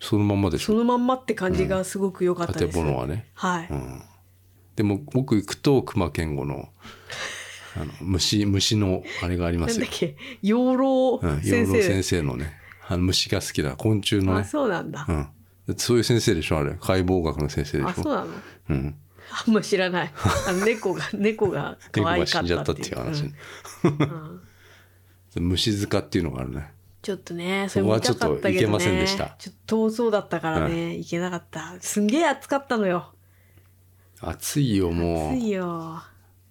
[SPEAKER 2] そのまんまでし
[SPEAKER 1] そ
[SPEAKER 2] ょ
[SPEAKER 1] のまんまって感じがすごく良かった
[SPEAKER 2] 建
[SPEAKER 1] です、
[SPEAKER 2] 物はね
[SPEAKER 1] はい、
[SPEAKER 2] うんでも僕行くと熊健吾のあの虫虫のあれがありま
[SPEAKER 1] なん
[SPEAKER 2] す
[SPEAKER 1] だ
[SPEAKER 2] よ
[SPEAKER 1] っ、け養老
[SPEAKER 2] うん、養
[SPEAKER 1] 先
[SPEAKER 2] 老
[SPEAKER 1] 生,、
[SPEAKER 2] 先生のねあの虫が好きな昆虫の
[SPEAKER 1] あ
[SPEAKER 2] ね
[SPEAKER 1] そうなんだ、
[SPEAKER 2] うん、だってそういう先生でしょあれ解剖学の先生で
[SPEAKER 1] あ
[SPEAKER 2] し
[SPEAKER 1] そう
[SPEAKER 2] ょ
[SPEAKER 1] なの
[SPEAKER 2] うん
[SPEAKER 1] あんま知らないあの猫 が猫が
[SPEAKER 2] 猫
[SPEAKER 1] 可愛
[SPEAKER 2] が
[SPEAKER 1] か
[SPEAKER 2] 死ん
[SPEAKER 1] っ
[SPEAKER 2] じゃ
[SPEAKER 1] た
[SPEAKER 2] った
[SPEAKER 1] っ
[SPEAKER 2] ってて
[SPEAKER 1] い
[SPEAKER 2] いうう
[SPEAKER 1] う
[SPEAKER 2] 話、
[SPEAKER 1] ん
[SPEAKER 2] ね虫塚っていうのがあるね
[SPEAKER 1] ちょっとねそれ見たかったけどね
[SPEAKER 2] ここはちょっと行けませんでした
[SPEAKER 1] ちょっと遠そうだったからね、行けなかったすんげえ暑かったのよ
[SPEAKER 2] 暑いよも
[SPEAKER 1] 暑
[SPEAKER 2] う
[SPEAKER 1] いよ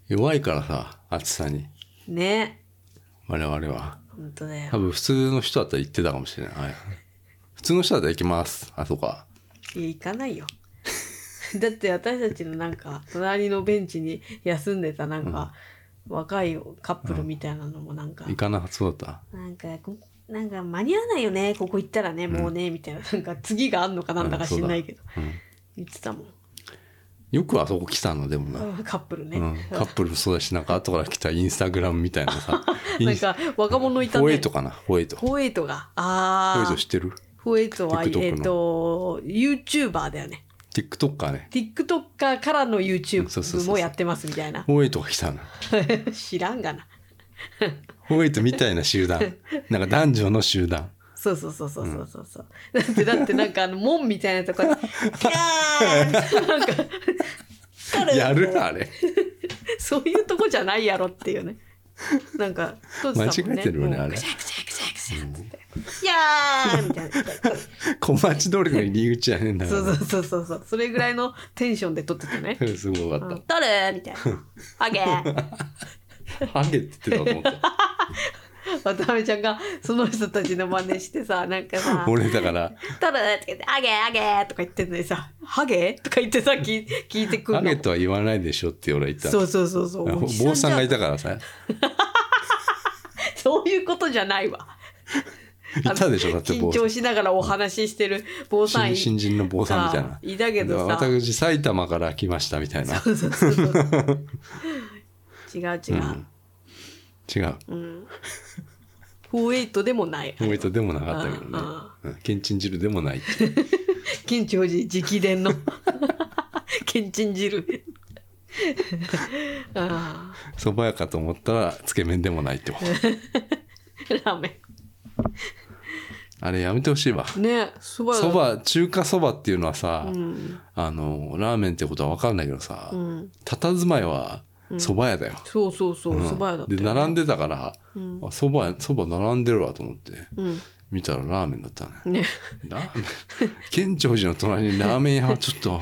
[SPEAKER 2] 弱いからさ暑さに
[SPEAKER 1] ね
[SPEAKER 2] 我々は
[SPEAKER 1] ほんとね
[SPEAKER 2] 多分普通の人だったら行ってたかもしれない、はい、普通の人だったら行きますあそこはい
[SPEAKER 1] や行かないよ だって私たちのなんか隣のベンチに 休んでたなんか、若いカップルみたいなのもなんか、
[SPEAKER 2] 行かなそうだっ
[SPEAKER 1] なんかこなんか間に合わないよねここ行ったらねもうね、みたいななんか次があんのかなんだか
[SPEAKER 2] うんそ
[SPEAKER 1] 知
[SPEAKER 2] うんだ
[SPEAKER 1] ないけど、
[SPEAKER 2] た、うん、
[SPEAKER 1] 言ってたもん
[SPEAKER 2] よくあそこ来たのでもな、
[SPEAKER 1] カップルね、
[SPEAKER 2] うん、カップルもそうだしなんか後から来たインスタグラムみたいなさ
[SPEAKER 1] なんか若者いたね
[SPEAKER 2] ホエイトかなホエイトホ
[SPEAKER 1] ホエイトがあ
[SPEAKER 2] エイ
[SPEAKER 1] あ
[SPEAKER 2] ト知ってる
[SPEAKER 1] ホエイトはえっ、
[SPEAKER 2] TikTok の
[SPEAKER 1] と YouTuber だよね
[SPEAKER 2] TikToker ね
[SPEAKER 1] TikToker からの
[SPEAKER 2] そうそうそう
[SPEAKER 1] YouTube
[SPEAKER 2] そう
[SPEAKER 1] もやってますみたいな
[SPEAKER 2] ホエイトが来たの
[SPEAKER 1] 知らんがな
[SPEAKER 2] ホエイトみたいな 集団なんか男女の集団
[SPEAKER 1] そうそうそうそうそうそうそう、だってだってなんかあの門みたいなとこで「キャーン!」 なんか
[SPEAKER 2] やるあれ
[SPEAKER 1] そういうとこじゃないやろっていうね。なんか、当時さんも
[SPEAKER 2] 間違えてるよね
[SPEAKER 1] もう
[SPEAKER 2] あれ
[SPEAKER 1] くしゃくしゃくしゃくしゃっつって。いやーみたいな。
[SPEAKER 2] 小町通りの入り口じゃねえんだか
[SPEAKER 1] そ
[SPEAKER 2] ら
[SPEAKER 1] うそうそうそうそう。それぐらいのテンションで撮ってたね。
[SPEAKER 2] すごか
[SPEAKER 1] う
[SPEAKER 2] っ
[SPEAKER 1] ん撮る みたいな。あげー
[SPEAKER 2] たハゲって言ってたと思 った
[SPEAKER 1] 渡辺ちゃんがその人たちの真似してさ、なんかさ、撮る
[SPEAKER 2] 俺だから
[SPEAKER 1] って言って、あげーあげーとか言ってんのにさ、ハゲとか言ってさ、聞い聞いてく
[SPEAKER 2] ハ
[SPEAKER 1] るの
[SPEAKER 2] ゲ。とは言わないでしょって俺は言った
[SPEAKER 1] そうそうそうそう。おじ
[SPEAKER 2] 坊さんがい
[SPEAKER 1] じゃ
[SPEAKER 2] たからさ
[SPEAKER 1] そういうことじゃないわ。
[SPEAKER 2] いたでしょだって
[SPEAKER 1] 緊
[SPEAKER 2] 坊
[SPEAKER 1] 張しながらお話ししてる坊さん
[SPEAKER 2] 新新人の坊さんみたい
[SPEAKER 1] あ
[SPEAKER 2] な。
[SPEAKER 1] いたけどさ
[SPEAKER 2] 私埼玉から来ましたみたいな。
[SPEAKER 1] そうそうそうそう違う違う、
[SPEAKER 2] うん違う。
[SPEAKER 1] うん、48でもない
[SPEAKER 2] もう一度でもなかったけどね
[SPEAKER 1] あ。
[SPEAKER 2] うんけんちん汁でも ないっていう。
[SPEAKER 1] 県庁寺直伝 のけんちん汁 あ
[SPEAKER 2] 蕎麦屋かと思ったらつけ麺でもないってこと。
[SPEAKER 1] ーラーメ
[SPEAKER 2] あれやめてほしいわ。
[SPEAKER 1] ンねそば
[SPEAKER 2] 蕎麦中華そばっていうのはさ、
[SPEAKER 1] うん、
[SPEAKER 2] あのラーメンってことは分かんないけどさ、
[SPEAKER 1] うん、
[SPEAKER 2] 佇まいは蕎麦屋だよ。
[SPEAKER 1] そうそうそう
[SPEAKER 2] うん
[SPEAKER 1] そば、屋だった
[SPEAKER 2] で
[SPEAKER 1] よね
[SPEAKER 2] 並んでたから、あ蕎麦屋蕎麦並んでるわと思って
[SPEAKER 1] う
[SPEAKER 2] 見たらラーメンだったね。
[SPEAKER 1] んね
[SPEAKER 2] ラーメン県庁寺の隣にラーメン屋はちょ っと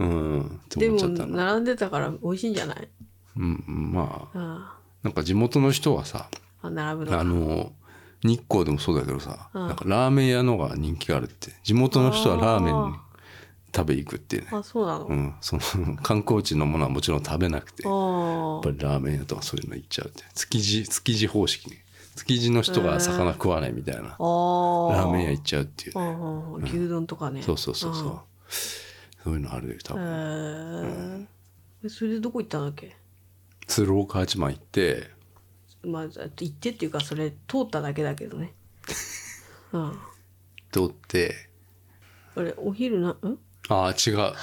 [SPEAKER 2] うんって
[SPEAKER 1] で
[SPEAKER 2] 思っ
[SPEAKER 1] も
[SPEAKER 2] ちゃったな
[SPEAKER 1] 並んでたから美味しいんじゃない
[SPEAKER 2] うんうん、まあ
[SPEAKER 1] あ
[SPEAKER 2] なんか地元の人はさ
[SPEAKER 1] ーあ並ぶの
[SPEAKER 2] あの日光でもそうだけどさ、
[SPEAKER 1] うん
[SPEAKER 2] なんかラーメン屋の方が人気があるって地元の人はラーメン食べ行くっていうね、
[SPEAKER 1] あそうなの、
[SPEAKER 2] うん、その観光地のものはもちろん食べなくてやっ
[SPEAKER 1] あ
[SPEAKER 2] ぱりラーメン屋とかそういうの行っちゃうって築地築地方式ね築地の人が魚食わないみたいな、
[SPEAKER 1] あー
[SPEAKER 2] ラーメン屋行っちゃうっていう
[SPEAKER 1] う
[SPEAKER 2] ね、
[SPEAKER 1] んうんうん牛丼とかね、
[SPEAKER 2] そうそうそうそう、そういうのあるよ多
[SPEAKER 1] へ
[SPEAKER 2] 分。
[SPEAKER 1] ーえそれでどこ行ったんだっけ
[SPEAKER 2] 鶴岡八幡行って
[SPEAKER 1] まあ行ってっていうかそれ通っただけだけど ねうん
[SPEAKER 2] 通って
[SPEAKER 1] あれお昼な、ん
[SPEAKER 2] ああ違 う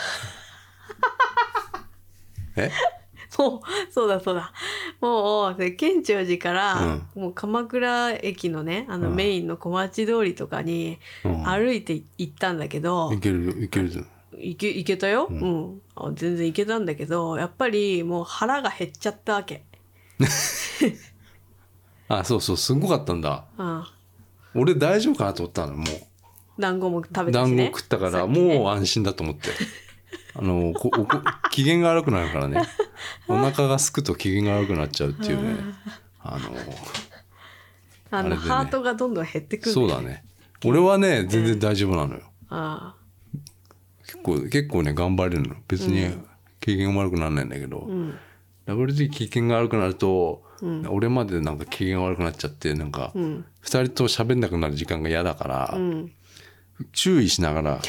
[SPEAKER 2] え
[SPEAKER 1] そう、そうだそうだ。もう、で県庁寺から、もう鎌倉駅のね、あの
[SPEAKER 2] うん
[SPEAKER 1] メインの小町通りとかに
[SPEAKER 2] うん
[SPEAKER 1] 歩いて行ったんだけど、
[SPEAKER 2] いけるよいけるぞ
[SPEAKER 1] 行け行けたよ、うんあ全然行けたんだけど、やっぱりもう腹が減っちゃったわけ。
[SPEAKER 2] あそうそうすごかったんだ
[SPEAKER 1] うん。
[SPEAKER 2] 俺大丈夫かなと思ったのも
[SPEAKER 1] 団子も食
[SPEAKER 2] う
[SPEAKER 1] べたし
[SPEAKER 2] 団子
[SPEAKER 1] ね。
[SPEAKER 2] 食ったか
[SPEAKER 1] さ
[SPEAKER 2] ら
[SPEAKER 1] っきね
[SPEAKER 2] もう安心だと 思ってあのこおこ機嫌が悪くな るからねお腹がすくと機嫌が悪くなっちゃうっていうねあの
[SPEAKER 1] あ
[SPEAKER 2] あれ
[SPEAKER 1] の、
[SPEAKER 2] でね
[SPEAKER 1] ハートがどんどん減ってくる。
[SPEAKER 2] そうだね俺はね全然大丈夫なのよ
[SPEAKER 1] あ
[SPEAKER 2] 結構結構ね頑張れるの別に機嫌悪くならないんだけど、
[SPEAKER 1] あ。うん。
[SPEAKER 2] WD 機嫌が悪くなると、俺までなんか機嫌が悪くなっちゃってなんか
[SPEAKER 1] うん。
[SPEAKER 2] 二人と喋んなくなる時間が嫌だから、
[SPEAKER 1] うん。
[SPEAKER 2] 注意しながら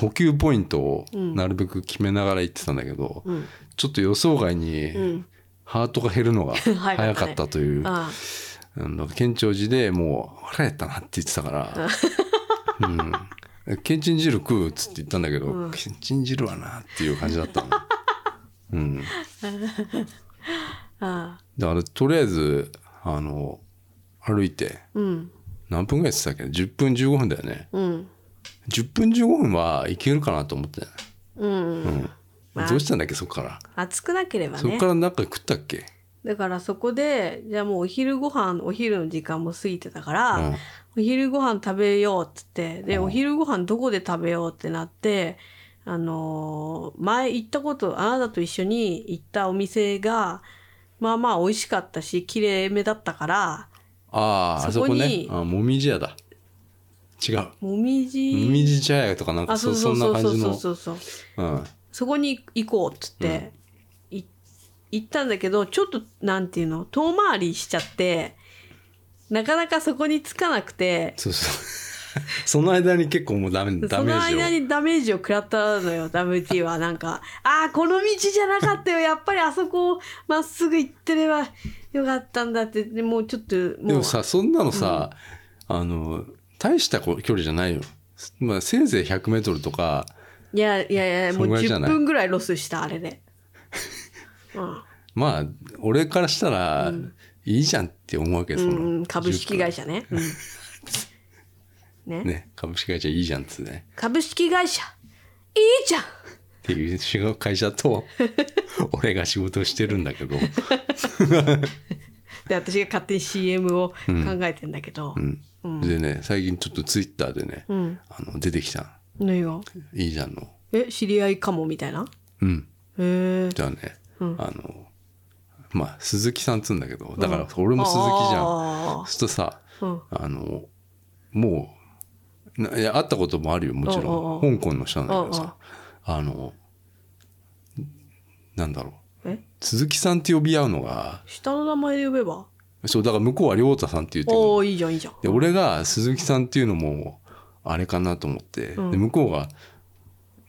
[SPEAKER 2] 補給ポイントをなるべく決めながら行ってたんだけど、
[SPEAKER 1] うん。
[SPEAKER 2] ちょっと予想外
[SPEAKER 1] う
[SPEAKER 2] に
[SPEAKER 1] ん。
[SPEAKER 2] ハートが減るのが
[SPEAKER 1] 早かったね
[SPEAKER 2] 早かったという、
[SPEAKER 1] あ
[SPEAKER 2] うん、県庁寺でもう腹減ったなって言ってたから「うん、けんちん汁食う」っつって言ったんだけど、けんちん汁はなっていう感じだったの。うん
[SPEAKER 1] あ。ああ。
[SPEAKER 2] だからとりあえずあの歩いて
[SPEAKER 1] うん。
[SPEAKER 2] 何分ぐらいやってたっけ10分15分だよね
[SPEAKER 1] うん。
[SPEAKER 2] 10分15分はいけるかなと思って、
[SPEAKER 1] うん。
[SPEAKER 2] うん
[SPEAKER 1] まあ
[SPEAKER 2] どうしたんだっけそっから、
[SPEAKER 1] 暑くなければ
[SPEAKER 2] そっ
[SPEAKER 1] ね
[SPEAKER 2] から何か食ったっけ
[SPEAKER 1] だからそこでじゃあもうお昼ご飯お昼の時間も過ぎてたから、
[SPEAKER 2] うん
[SPEAKER 1] お昼ご飯食べようっつってで、
[SPEAKER 2] うん
[SPEAKER 1] お昼ご飯どこで食べようってなってあのー前行ったことあなたと一緒に行ったお店がまあまあ美味しかったし綺麗めだったから
[SPEAKER 2] あああ
[SPEAKER 1] そ
[SPEAKER 2] そ
[SPEAKER 1] こ
[SPEAKER 2] こ
[SPEAKER 1] に
[SPEAKER 2] ねあもみじ屋だ違う
[SPEAKER 1] もみじ
[SPEAKER 2] もみじ茶屋とかなん
[SPEAKER 1] あ
[SPEAKER 2] か
[SPEAKER 1] そ
[SPEAKER 2] そ
[SPEAKER 1] そう
[SPEAKER 2] うそ
[SPEAKER 1] ん
[SPEAKER 2] な
[SPEAKER 1] そう
[SPEAKER 2] 感
[SPEAKER 1] そう
[SPEAKER 2] じ
[SPEAKER 1] そう
[SPEAKER 2] の
[SPEAKER 1] そうそう
[SPEAKER 2] うん
[SPEAKER 1] そこに行こうっつって、い行ったんだけどちょっとなんていうの遠回りしちゃってなかなかそこに着かなくて
[SPEAKER 2] そうそう その間に結構もうダメダ
[SPEAKER 1] そ
[SPEAKER 2] メ
[SPEAKER 1] の
[SPEAKER 2] ージを
[SPEAKER 1] 間にダメージを食らったのよ WT はなんか「ああこの道じゃなかったよやっぱりあそこをまっすぐ行ってればよかったんだ」ってでもうちょっと
[SPEAKER 2] で
[SPEAKER 1] もう
[SPEAKER 2] もさそんなのさ、あの大したこ距離じゃないよ、まあ、せいぜい 100m とか
[SPEAKER 1] いやいやいやもう
[SPEAKER 2] そんぐらいじゃ
[SPEAKER 1] 10
[SPEAKER 2] ない
[SPEAKER 1] 分ぐらいロスしたあれ で。うん
[SPEAKER 2] まあ俺からしたらいいじゃんって思うわけ、
[SPEAKER 1] う
[SPEAKER 2] その
[SPEAKER 1] んうん、株式会
[SPEAKER 2] 社
[SPEAKER 1] 社 ね。うんね
[SPEAKER 2] ね株式会社いいじゃんっつってね
[SPEAKER 1] 株式会社いいじゃん
[SPEAKER 2] っていう 仕事会 社と俺が仕事をしてるんだけど
[SPEAKER 1] で私が勝手に CM を考えてんだけど、
[SPEAKER 2] うん、でね最近ちょっとツイッターでね、あの出てきた
[SPEAKER 1] 何が
[SPEAKER 2] いいじゃんの
[SPEAKER 1] え知り合いかもみたいな
[SPEAKER 2] うん
[SPEAKER 1] へえ
[SPEAKER 2] じゃあね、あのまあ鈴木さんっつうんだけどだから俺も鈴木じゃん、
[SPEAKER 1] あ
[SPEAKER 2] そうするとさ、
[SPEAKER 1] うん
[SPEAKER 2] あのもうないや会ったこともあるよもちろん
[SPEAKER 1] うん
[SPEAKER 2] 香港の人なんだけどさあのなんだろう
[SPEAKER 1] ーえ
[SPEAKER 2] 鈴木さんって呼び合うのが
[SPEAKER 1] 下の名前で呼べば
[SPEAKER 2] そうだから向こうは亮太さんって言ってる
[SPEAKER 1] お
[SPEAKER 2] の
[SPEAKER 1] おいいじゃんいいじゃん
[SPEAKER 2] で俺が鈴木さんっていうのもあれかなと思って、
[SPEAKER 1] ん
[SPEAKER 2] で向こうが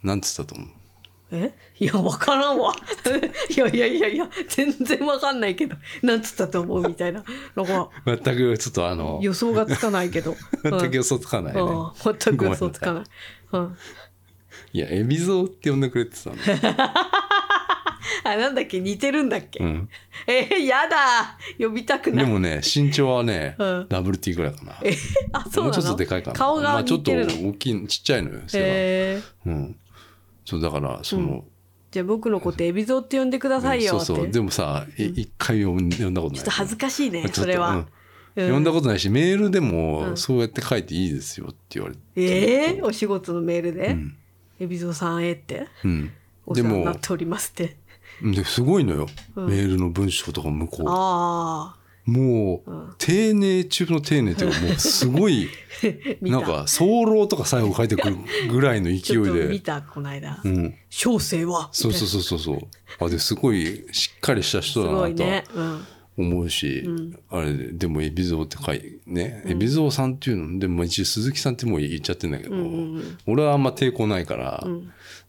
[SPEAKER 2] なんつったと思う
[SPEAKER 1] えいやわからんわ いやいやいやいや全然わかんないけどなんつったと思うみたいなのが
[SPEAKER 2] 全くちょっとあの
[SPEAKER 1] 予想がつかないけど
[SPEAKER 2] 全く予想つかないね、
[SPEAKER 1] うんうん全く予想つかないうん
[SPEAKER 2] いや海老蔵って呼んでくれてたの、
[SPEAKER 1] あなんだっけ似てるんだっけ、
[SPEAKER 2] うん、
[SPEAKER 1] えー、やだ呼びたくな
[SPEAKER 2] で
[SPEAKER 1] い
[SPEAKER 2] もね身長はね、
[SPEAKER 1] うん
[SPEAKER 2] WT ぐらいかな
[SPEAKER 1] えあそう
[SPEAKER 2] も
[SPEAKER 1] な
[SPEAKER 2] う
[SPEAKER 1] の
[SPEAKER 2] ちょっとでかいかな
[SPEAKER 1] 顔
[SPEAKER 2] ま
[SPEAKER 1] が
[SPEAKER 2] あ、ちょっ
[SPEAKER 1] 似
[SPEAKER 2] と
[SPEAKER 1] てるの、
[SPEAKER 2] 大きいちっちゃいのよ背が
[SPEAKER 1] えー、
[SPEAKER 2] うんそうだからその、
[SPEAKER 1] じゃあ僕のことエビゾーって呼んでくださいよ
[SPEAKER 2] そ
[SPEAKER 1] っ
[SPEAKER 2] う
[SPEAKER 1] て、
[SPEAKER 2] そうでもさい一、回呼ん呼んだこと
[SPEAKER 1] ちょ
[SPEAKER 2] ない
[SPEAKER 1] っと恥ずかしいね
[SPEAKER 2] ちょっと
[SPEAKER 1] それは、
[SPEAKER 2] うん
[SPEAKER 1] う
[SPEAKER 2] 呼んだことないしメールでも、
[SPEAKER 1] うん
[SPEAKER 2] そうやって書いていいですよって言われて
[SPEAKER 1] えー、お仕事のメールで
[SPEAKER 2] うん
[SPEAKER 1] 「海老蔵さんへ」って
[SPEAKER 2] うん
[SPEAKER 1] 「お
[SPEAKER 2] で
[SPEAKER 1] 世話にな
[SPEAKER 2] も
[SPEAKER 1] っております」って
[SPEAKER 2] ですごいのよ、
[SPEAKER 1] うん
[SPEAKER 2] メールの文章とか向こ
[SPEAKER 1] ああ
[SPEAKER 2] うもう、
[SPEAKER 1] うん
[SPEAKER 2] 丁寧中の丁寧というかもうすごい
[SPEAKER 1] 見た
[SPEAKER 2] なんか早漏とか最後書いてくるぐらいの勢
[SPEAKER 1] ちょっと見
[SPEAKER 2] いで。
[SPEAKER 1] たこの間
[SPEAKER 2] うん、
[SPEAKER 1] 「小生は」
[SPEAKER 2] そうそう
[SPEAKER 1] う
[SPEAKER 2] そうそうそうあですごいしっかりした人
[SPEAKER 1] す
[SPEAKER 2] だ
[SPEAKER 1] ごい
[SPEAKER 2] なとは
[SPEAKER 1] ね、うん、
[SPEAKER 2] 思うし、あれででも海老蔵って書いね海老蔵さんっていうのでも一応鈴木さんってもう言っちゃってんだけど、
[SPEAKER 1] ん
[SPEAKER 2] 俺はあんま抵抗ないから、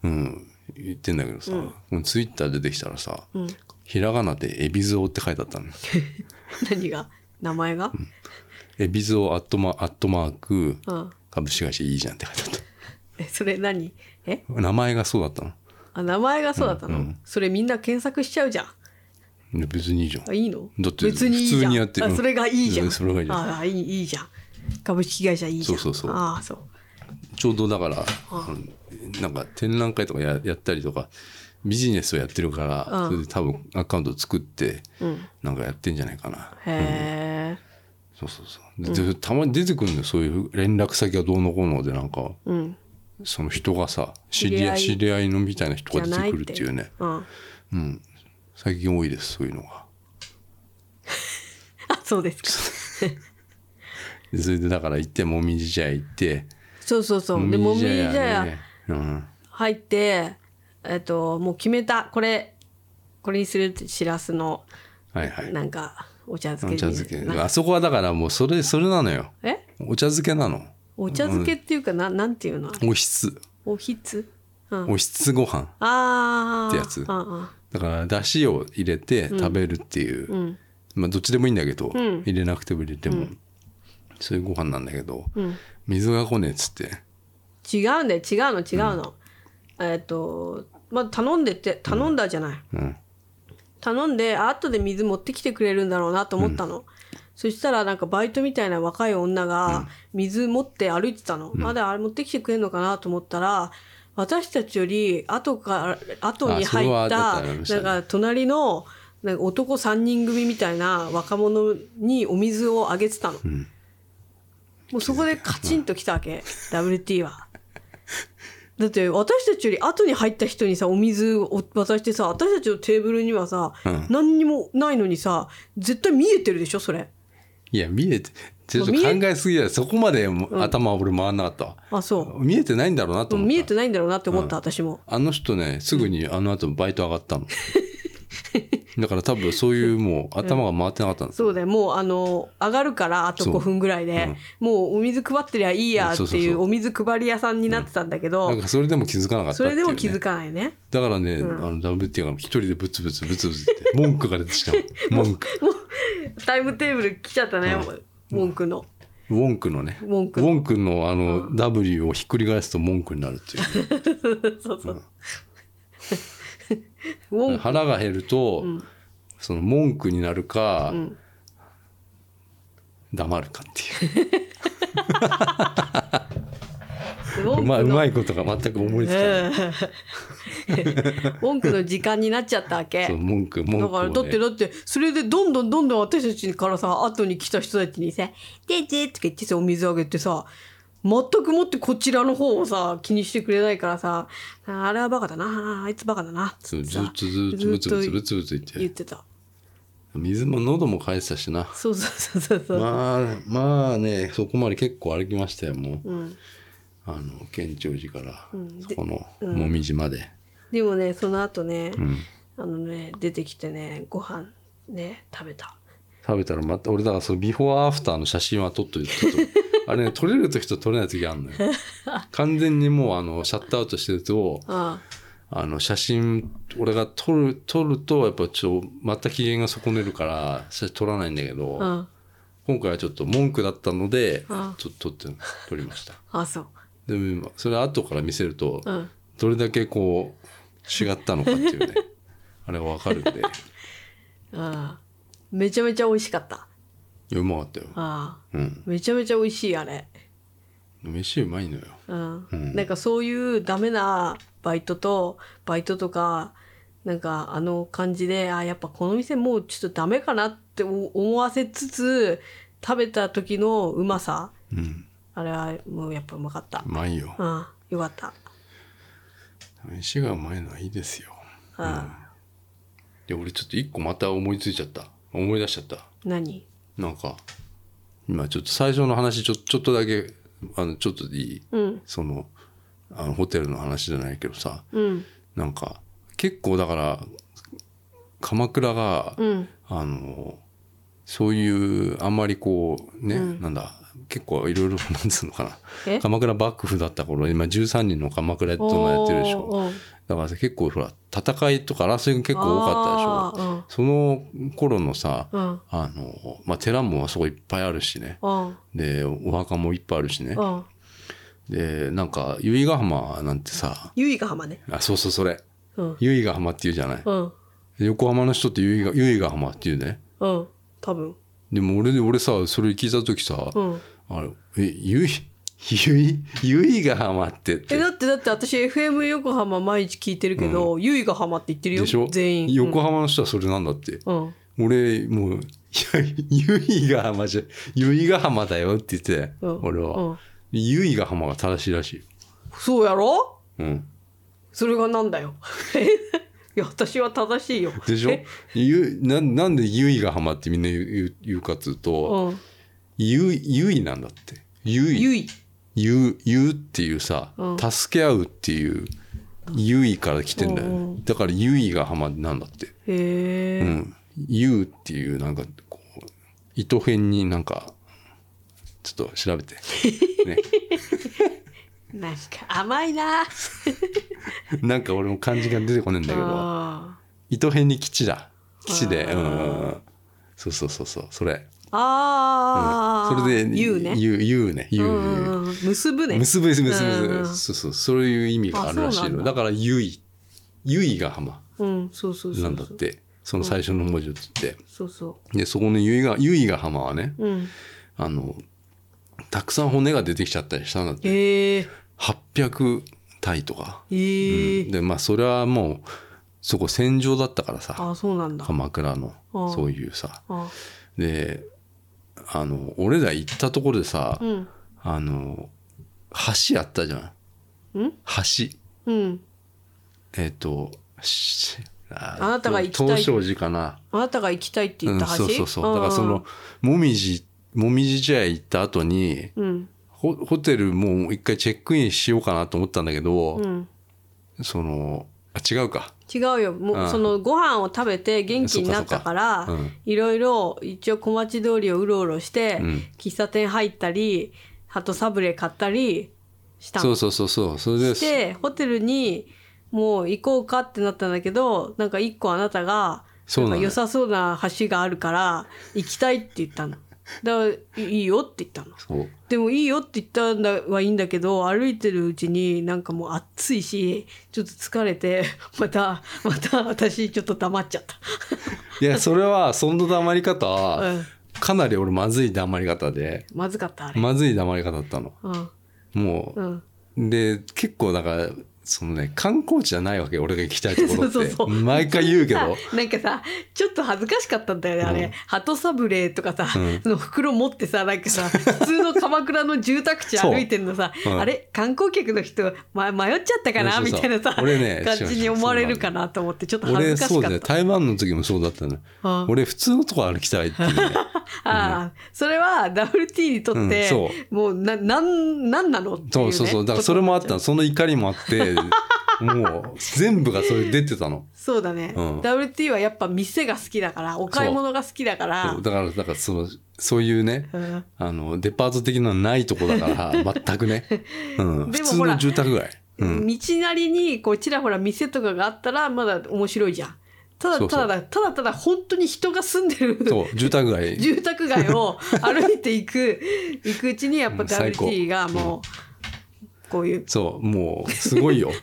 [SPEAKER 2] うんん言ってんだけどさ、もうツイッター出てきたらさ、
[SPEAKER 1] ん
[SPEAKER 2] ひらがなで海老蔵って書いてあったのよ
[SPEAKER 1] 何が名前が、うん
[SPEAKER 2] 海老蔵アットマアットマーク株式会社いいじゃんって書いてあっ
[SPEAKER 1] えそれ何え
[SPEAKER 2] た名前がそうだったの
[SPEAKER 1] あ名前がそうだったの、
[SPEAKER 2] うんうん
[SPEAKER 1] それみんな検索しちゃうじゃん
[SPEAKER 2] いや別にいいじゃん
[SPEAKER 1] あいいの
[SPEAKER 2] だって
[SPEAKER 1] 別にいいじゃん
[SPEAKER 2] 普通にやって
[SPEAKER 1] あ
[SPEAKER 2] うん
[SPEAKER 1] それがいいじゃ
[SPEAKER 2] うんんそれがいいじゃ
[SPEAKER 1] ああいいいいじゃん株式会社いいじゃん
[SPEAKER 2] そうそうそう
[SPEAKER 1] ああそう
[SPEAKER 2] ちょうどだから、あのなんか展覧会とかややったりとか、ビジネスをやってるから、
[SPEAKER 1] うん
[SPEAKER 2] それで多分アカウント作って、
[SPEAKER 1] うん
[SPEAKER 2] なんかやってんじゃないかな。
[SPEAKER 1] へえ
[SPEAKER 2] そうそうそう。で、でたまに出てくるのよ、そういう連絡先がどうのこうので、なんか、
[SPEAKER 1] うん
[SPEAKER 2] その人がさ、知
[SPEAKER 1] 知
[SPEAKER 2] り
[SPEAKER 1] り
[SPEAKER 2] 合
[SPEAKER 1] 合
[SPEAKER 2] い、
[SPEAKER 1] い
[SPEAKER 2] 知り合いのみたいな人
[SPEAKER 1] じ
[SPEAKER 2] が
[SPEAKER 1] ゃ
[SPEAKER 2] 出
[SPEAKER 1] な
[SPEAKER 2] て
[SPEAKER 1] い
[SPEAKER 2] く
[SPEAKER 1] っ
[SPEAKER 2] るってていうね。
[SPEAKER 1] うん
[SPEAKER 2] うん。最近多いです、そういうのが。
[SPEAKER 1] あそう ですか
[SPEAKER 2] でそれでだから行って、もみじ茶屋行って、
[SPEAKER 1] そうそうそうでもみじ
[SPEAKER 2] 屋
[SPEAKER 1] 茶屋
[SPEAKER 2] ねうん。
[SPEAKER 1] 入ってえっともう決めたこれこれにするってしらすの
[SPEAKER 2] はいはい。
[SPEAKER 1] なんかお茶
[SPEAKER 2] お
[SPEAKER 1] 漬け
[SPEAKER 2] 茶漬け。
[SPEAKER 1] なんか
[SPEAKER 2] あそこはだからもう、それ、それなのよ。
[SPEAKER 1] え
[SPEAKER 2] お茶漬けなの。
[SPEAKER 1] お茶漬けっていうかななんていうの
[SPEAKER 2] おひつ。
[SPEAKER 1] おひつうん
[SPEAKER 2] おひつご飯
[SPEAKER 1] ああ
[SPEAKER 2] ってやつ
[SPEAKER 1] うんうん
[SPEAKER 2] だからだしを入れて食べるっていう、
[SPEAKER 1] ん
[SPEAKER 2] まあどっちでもいいんだけど、
[SPEAKER 1] ん
[SPEAKER 2] 入れなくても入れても、そういうご飯なんだけど、
[SPEAKER 1] ん
[SPEAKER 2] 水が来ねえっつって
[SPEAKER 1] 違うんだよ違うの違うの、えっ、とまあ頼んでって頼んだじゃない、
[SPEAKER 2] うん
[SPEAKER 1] 頼んであ後で水持ってきてくれるんだろうなと思ったの、そしたらなんかバイトみたいな若い女が水持って歩いてたの、まだあれ持ってきてくれるのかなと思ったら私たちより後から後に
[SPEAKER 2] あそれは
[SPEAKER 1] 入っ
[SPEAKER 2] だった
[SPEAKER 1] た
[SPEAKER 2] らありました
[SPEAKER 1] な
[SPEAKER 2] ね
[SPEAKER 1] んか隣のなんか男3人組みたいな若者にお水をあげてたの、
[SPEAKER 2] ん
[SPEAKER 1] もうそこでカチンときたわけ WT は。だって私たちより後に入った人にさお水を渡してさ私たちのテーブルにはさ、
[SPEAKER 2] うん
[SPEAKER 1] 何にもないのにさ絶対見えてるでしょそれ
[SPEAKER 2] いや見えてちょっと考
[SPEAKER 1] 見え
[SPEAKER 2] えすぎだよそこまでも頭は俺回んなかったわ、
[SPEAKER 1] あそ
[SPEAKER 2] 見えてないんだろうなと
[SPEAKER 1] う
[SPEAKER 2] 思った
[SPEAKER 1] 見えてないんだろうなって思った、私も
[SPEAKER 2] あの人ねすぐにあの後バイト上がったのだから多分そういうもう頭が回ってなかったんですよ
[SPEAKER 1] そうだよもうあの上がるからあと
[SPEAKER 2] そう
[SPEAKER 1] 5分ぐらいで、もうお水配ってりゃいいやって
[SPEAKER 2] そうそう
[SPEAKER 1] い
[SPEAKER 2] そう
[SPEAKER 1] うお水配り屋さんになってたんだけど、
[SPEAKER 2] なんかそれでも気づかなかったって
[SPEAKER 1] そ
[SPEAKER 2] いう、ね、
[SPEAKER 1] れでも気づかないね
[SPEAKER 2] だからね、あの WT が一人でブツブツブツブツって文句が出て きたの文句
[SPEAKER 1] タイムテーブル来ちゃったね、文句の
[SPEAKER 2] 文句のね
[SPEAKER 1] 文句
[SPEAKER 2] 文句のあの、W をひっくり返すと文句になるっていうね、
[SPEAKER 1] そうそう、文句
[SPEAKER 2] 腹が減ると、その文句になるか、
[SPEAKER 1] ん
[SPEAKER 2] 黙るかっていう
[SPEAKER 1] 文
[SPEAKER 2] う
[SPEAKER 1] 句
[SPEAKER 2] まいう
[SPEAKER 1] の
[SPEAKER 2] まいことが全く思いつかない、
[SPEAKER 1] うん文句の時間になっちゃったわけ
[SPEAKER 2] そう文句文
[SPEAKER 1] だ
[SPEAKER 2] 句
[SPEAKER 1] からだ
[SPEAKER 2] を、
[SPEAKER 1] って
[SPEAKER 2] ね、
[SPEAKER 1] だってそれでどんどんどんどん私たちからさ後に来た人たちにさ「でで」とか言ってさお水あげてさ全くもってこちらの方をさ気にしてくれないからさ「あれはバカだなあいつバカだな」
[SPEAKER 2] そうずっ
[SPEAKER 1] さ
[SPEAKER 2] とずっとブツブツブ
[SPEAKER 1] ずっ
[SPEAKER 2] ツブツ
[SPEAKER 1] と
[SPEAKER 2] 言
[SPEAKER 1] 言
[SPEAKER 2] っ
[SPEAKER 1] っててた
[SPEAKER 2] 水も喉も返したしな
[SPEAKER 1] そうそうそうそうそう、
[SPEAKER 2] まあまあねそこまで結構歩きましたよもう、
[SPEAKER 1] うん、
[SPEAKER 2] あの県庁寺から、
[SPEAKER 1] ん
[SPEAKER 2] そこのもみじまで、
[SPEAKER 1] でもねその後ね、
[SPEAKER 2] うん
[SPEAKER 1] あのね出てきてねご飯ね食べた
[SPEAKER 2] 食べたらまた俺だからそのビフォーアフターの写真は撮っといてちょっとあれね撮れる時と撮れない時があるのよ完全にもうあのシャットアウトしてると
[SPEAKER 1] あ
[SPEAKER 2] あの写真俺が撮る撮るとやっぱちょっとまた機嫌が損ねるからそれ撮らないんだけど、
[SPEAKER 1] あうん
[SPEAKER 2] 今回はちょっと文句だったので、
[SPEAKER 1] うん
[SPEAKER 2] ちょっと撮って撮りました
[SPEAKER 1] あそう
[SPEAKER 2] でも今それ後から見せると、
[SPEAKER 1] うん
[SPEAKER 2] どれだけこう違ったのかっていうね あれがわかるんでい
[SPEAKER 1] ああめちゃめちゃ美味しかった
[SPEAKER 2] やうまかったよ、
[SPEAKER 1] ああ
[SPEAKER 2] うん、
[SPEAKER 1] めちゃめちゃ美味しいあれ
[SPEAKER 2] 飯うまいのよ
[SPEAKER 1] うん、
[SPEAKER 2] うん
[SPEAKER 1] なんかそういうダメなバイトとバイトとかなんかあの感じであやっぱこの店もうちょっとダメかなって思思わせつつ食べた時のうまさ
[SPEAKER 2] うん
[SPEAKER 1] あれはもうやっぱうまかった
[SPEAKER 2] うまいよ、
[SPEAKER 1] うんよかった
[SPEAKER 2] 飯がうまいのはいいですよ。
[SPEAKER 1] うん
[SPEAKER 2] で俺ちょっと一個また思いついちゃった思い出しちゃった
[SPEAKER 1] 何
[SPEAKER 2] なんか今ちょっと最初の話ちょちょっとだけあのちょっといい、
[SPEAKER 1] うん
[SPEAKER 2] そのあのホテルの話じゃないけどさ
[SPEAKER 1] うん
[SPEAKER 2] なんか結構だから鎌倉が、
[SPEAKER 1] うん
[SPEAKER 2] あのそういうあんまりこうね、なんだ結構いろい ろなんつうのか
[SPEAKER 1] え
[SPEAKER 2] な鎌倉幕府だった頃今13人の鎌倉殿やってるでしょ。
[SPEAKER 1] おー
[SPEAKER 2] だからさ結構ほら戦いとか争いが結構多かったでしょ
[SPEAKER 1] あ
[SPEAKER 2] その頃のさ、
[SPEAKER 1] ーうん
[SPEAKER 2] あの、まあ、寺もあそこいっぱいあるしね
[SPEAKER 1] うん
[SPEAKER 2] でお墓もいっぱいあるしね
[SPEAKER 1] うんうん
[SPEAKER 2] でなんか由比ヶ浜なんてさ
[SPEAKER 1] 由比ヶ浜ね
[SPEAKER 2] あそうそうそれ
[SPEAKER 1] うん
[SPEAKER 2] 由比ヶ浜っていうじゃない
[SPEAKER 1] うん
[SPEAKER 2] 横浜の人って由比ヶ由比ヶ浜っていうね
[SPEAKER 1] うん多分
[SPEAKER 2] でも俺で俺さそれ聞いた時さ、
[SPEAKER 1] うん
[SPEAKER 2] あれえ由比由比由比ヶ浜ってって
[SPEAKER 1] えだってだって私 FM 横浜毎日聞いてるけど、由比ヶ浜って言ってるよ
[SPEAKER 2] でしょ
[SPEAKER 1] 全員
[SPEAKER 2] 横浜の人はそれなんだって、
[SPEAKER 1] うん、うん
[SPEAKER 2] 俺もう 「ゆいが浜じゃゆいが浜だよ」って言ってた
[SPEAKER 1] う
[SPEAKER 2] よ
[SPEAKER 1] ん
[SPEAKER 2] 俺
[SPEAKER 1] う
[SPEAKER 2] は
[SPEAKER 1] ん
[SPEAKER 2] 「ゆいが浜が正しいらしいよ
[SPEAKER 1] そうやろ
[SPEAKER 2] うん
[SPEAKER 1] それがなんだよ えいや私は正しいよ
[SPEAKER 2] でしょ
[SPEAKER 1] え
[SPEAKER 2] ゆななんで「ゆいが浜」ってみんな言う言うかっつうと
[SPEAKER 1] うん
[SPEAKER 2] 「ゆいゆい」なんだって「ゆい」
[SPEAKER 1] ゆい
[SPEAKER 2] ゆう「ゆう」っていうさ
[SPEAKER 1] うん
[SPEAKER 2] 助け合うっていう「ゆい」から来てんだよ
[SPEAKER 1] うんう
[SPEAKER 2] ねだから「ゆいが浜」なんだって
[SPEAKER 1] へえ、
[SPEAKER 2] うん「ゆう」っていうなんかこう糸辺になんかちょっと調べて ね
[SPEAKER 1] なんか甘いなあ
[SPEAKER 2] なんか俺も漢字が出てこねえんだけど
[SPEAKER 1] あ
[SPEAKER 2] 糸辺に基地だ基地で
[SPEAKER 1] あ
[SPEAKER 2] う
[SPEAKER 1] ー
[SPEAKER 2] んうんうんそうそうそうそうそれ
[SPEAKER 1] あー、
[SPEAKER 2] それで
[SPEAKER 1] ゆうね
[SPEAKER 2] ゆうゆうねゆう
[SPEAKER 1] うんう
[SPEAKER 2] ゆ
[SPEAKER 1] んうん結ぶ
[SPEAKER 2] う
[SPEAKER 1] ね
[SPEAKER 2] 結ぶ結ぶ結
[SPEAKER 1] うんうんう
[SPEAKER 2] ぶ
[SPEAKER 1] ん
[SPEAKER 2] そうそうそういう意味があるらしい
[SPEAKER 1] あそうな
[SPEAKER 2] の
[SPEAKER 1] ん
[SPEAKER 2] だ
[SPEAKER 1] だ
[SPEAKER 2] からゆいゆいが浜
[SPEAKER 1] うんそうそうそうそう
[SPEAKER 2] なんだってその最初の文字をつって
[SPEAKER 1] そうそ
[SPEAKER 2] でそこのゆいがゆいが浜はね
[SPEAKER 1] ううん
[SPEAKER 2] あのたくさん骨が出てきちゃったりしたんだって
[SPEAKER 1] へえ
[SPEAKER 2] 800体とか
[SPEAKER 1] へえ、
[SPEAKER 2] でまあそれはもうそこ戦場だったからさ
[SPEAKER 1] あそうなんだ
[SPEAKER 2] 鎌倉の
[SPEAKER 1] うん
[SPEAKER 2] そういうさ
[SPEAKER 1] あ
[SPEAKER 2] であの俺ら行ったところでさ、
[SPEAKER 1] うん
[SPEAKER 2] あの橋あったじゃん
[SPEAKER 1] うん
[SPEAKER 2] 橋
[SPEAKER 1] うん
[SPEAKER 2] えっ、としあ
[SPEAKER 1] あなたが行きたい
[SPEAKER 2] 東照寺かな
[SPEAKER 1] あなたが行きたいって言った
[SPEAKER 2] うん
[SPEAKER 1] 橋、
[SPEAKER 2] そうそうそうだからそのもみじもみじ茶屋行った後に
[SPEAKER 1] うん
[SPEAKER 2] ホホテルもう一回チェックインしようかなと思ったんだけど、
[SPEAKER 1] うん
[SPEAKER 2] そのあ違うか
[SPEAKER 1] 違うよもう、
[SPEAKER 2] うん
[SPEAKER 1] そのご飯を食べて元気になったから
[SPEAKER 2] そっかそっか
[SPEAKER 1] いろいろ一応小町通りをうろうろして、
[SPEAKER 2] うん
[SPEAKER 1] 喫茶店入ったりあとサブレ買ったりした
[SPEAKER 2] そ
[SPEAKER 1] の
[SPEAKER 2] うそうそうそうそれで
[SPEAKER 1] でホテルにもう行こうかってなったんだけどなんか一個あなたが
[SPEAKER 2] そうなの
[SPEAKER 1] なんか良さそうな橋があるから行きたいって言ったのだからいいいよって言ったの
[SPEAKER 2] そう
[SPEAKER 1] でもいいよって言ったんだはいいんだけど歩いてるうちになんかもう暑いしちょっと疲れてまたまた私ちょっと黙っちゃった。
[SPEAKER 2] いやそれはその黙り方は、
[SPEAKER 1] うん
[SPEAKER 2] かなり俺まずい黙り方で
[SPEAKER 1] まずかったあれ。
[SPEAKER 2] まずい黙り方だったの
[SPEAKER 1] うん
[SPEAKER 2] も
[SPEAKER 1] う
[SPEAKER 2] う、
[SPEAKER 1] ん
[SPEAKER 2] で結構だからそのね観光地じゃないわけよ俺が行きたいところっ て
[SPEAKER 1] そうそうそう
[SPEAKER 2] 毎回言う け
[SPEAKER 1] さ
[SPEAKER 2] ど
[SPEAKER 1] なんかさちょっと恥ずかしかったんだよねあれ、
[SPEAKER 2] うん
[SPEAKER 1] 鳩サブレーとかさ、
[SPEAKER 2] うん
[SPEAKER 1] その袋持ってさなんかさ普通の鎌倉の住宅地
[SPEAKER 2] そう
[SPEAKER 1] 歩いてんのさ、
[SPEAKER 2] うん
[SPEAKER 1] あれ観光客の人、ま、迷っちゃったかな
[SPEAKER 2] そう
[SPEAKER 1] み
[SPEAKER 2] そう
[SPEAKER 1] た
[SPEAKER 2] そう
[SPEAKER 1] いなさ
[SPEAKER 2] 俺ね
[SPEAKER 1] 感じに思われるかなと思ってちょっと恥
[SPEAKER 2] 俺
[SPEAKER 1] ずかし
[SPEAKER 2] そう
[SPEAKER 1] か
[SPEAKER 2] だ
[SPEAKER 1] っ
[SPEAKER 2] ね
[SPEAKER 1] た。
[SPEAKER 2] 台湾の時もそうだったね
[SPEAKER 1] うん
[SPEAKER 2] 俺普通のとこ歩きたいってい うね
[SPEAKER 1] ああ、それは WT にとっ
[SPEAKER 2] うん
[SPEAKER 1] て、
[SPEAKER 2] そ
[SPEAKER 1] もうななんなんなのっていう、
[SPEAKER 2] そ
[SPEAKER 1] ね、
[SPEAKER 2] うそうそうだからそれもあった
[SPEAKER 1] こと
[SPEAKER 2] のその怒りもあってもう全部がそれ出てたの
[SPEAKER 1] そうだね、
[SPEAKER 2] うん
[SPEAKER 1] WT はやっぱ店が好きだからお買い物が好きだから
[SPEAKER 2] そうだからだからそのそういうね
[SPEAKER 1] うん
[SPEAKER 2] あのデパート的なのないとこだから 全くね、うん、
[SPEAKER 1] で
[SPEAKER 2] 普
[SPEAKER 1] も
[SPEAKER 2] 通
[SPEAKER 1] ほら
[SPEAKER 2] の住宅街、うん、
[SPEAKER 1] 道なりにこうちらほら店とかがあったらまだ面白いじゃんただ
[SPEAKER 2] そうそ
[SPEAKER 1] た
[SPEAKER 2] う
[SPEAKER 1] だただただ本当に人が住んでる
[SPEAKER 2] そう住宅 街
[SPEAKER 1] 住宅街 を歩いていく行くうちにやっぱ
[SPEAKER 2] うん最高
[SPEAKER 1] WT がもうこういう
[SPEAKER 2] そうもうすごいよ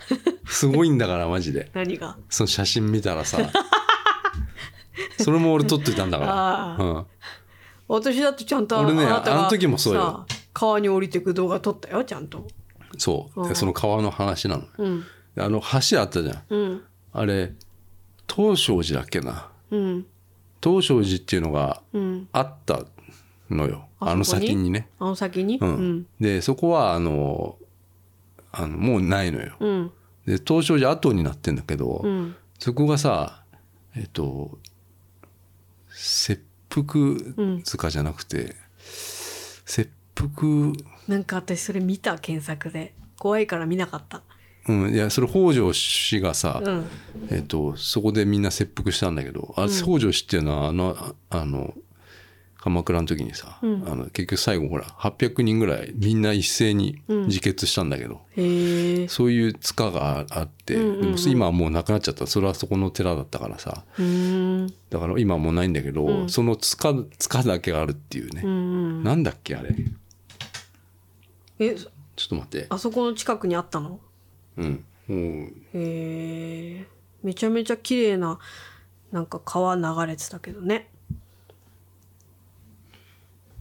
[SPEAKER 2] すごいんだからマジで
[SPEAKER 1] 何が
[SPEAKER 2] その写真見たら さそれも俺撮ってたんだ
[SPEAKER 1] あ
[SPEAKER 2] から、
[SPEAKER 1] ー
[SPEAKER 2] うん、
[SPEAKER 1] 私だってちゃんとあ
[SPEAKER 2] 俺ね
[SPEAKER 1] あなたが
[SPEAKER 2] あの時もそうよ
[SPEAKER 1] さ川に降りてく動画撮ったよちゃんと
[SPEAKER 2] そう
[SPEAKER 1] うん
[SPEAKER 2] でその川の話なの
[SPEAKER 1] うん
[SPEAKER 2] あの橋あったじゃん
[SPEAKER 1] うん
[SPEAKER 2] あれ東照寺だっけな
[SPEAKER 1] うん
[SPEAKER 2] 東照寺っていうのが
[SPEAKER 1] うん
[SPEAKER 2] あったのよ
[SPEAKER 1] あ
[SPEAKER 2] あの
[SPEAKER 1] そこに
[SPEAKER 2] 先にね
[SPEAKER 1] あの先にう
[SPEAKER 2] うん
[SPEAKER 1] ん
[SPEAKER 2] でそこはあのあのもうないのよ
[SPEAKER 1] うん
[SPEAKER 2] で東照寺後になってんだけど、
[SPEAKER 1] うん
[SPEAKER 2] そこがさえっと切腹塚じゃなくて、切腹
[SPEAKER 1] なんか私それ見た検索で怖いから見なかった
[SPEAKER 2] うん、いやそれ北条氏がさ、
[SPEAKER 1] うん
[SPEAKER 2] えっとそこでみんな切腹したんだけどあ北条氏っていうのはあのあの鎌倉の時にさ、あの結局最後ほら800人ぐらいみんな一斉に自決したんだけど、
[SPEAKER 1] へえ
[SPEAKER 2] そういう塚があって、
[SPEAKER 1] うんうんうん
[SPEAKER 2] でも今はもうなくなっちゃったそれはそこの寺だったからさ
[SPEAKER 1] うん
[SPEAKER 2] だから今はもうないんだけど、
[SPEAKER 1] うん
[SPEAKER 2] その塚塚だけあるっていう
[SPEAKER 1] う
[SPEAKER 2] ね、
[SPEAKER 1] ん
[SPEAKER 2] なんだっけあれちょ
[SPEAKER 1] え
[SPEAKER 2] っと待って
[SPEAKER 1] あそこの近くにあったの
[SPEAKER 2] うんもう
[SPEAKER 1] へえめちゃめちゃ綺麗ななんか川流れてたけどね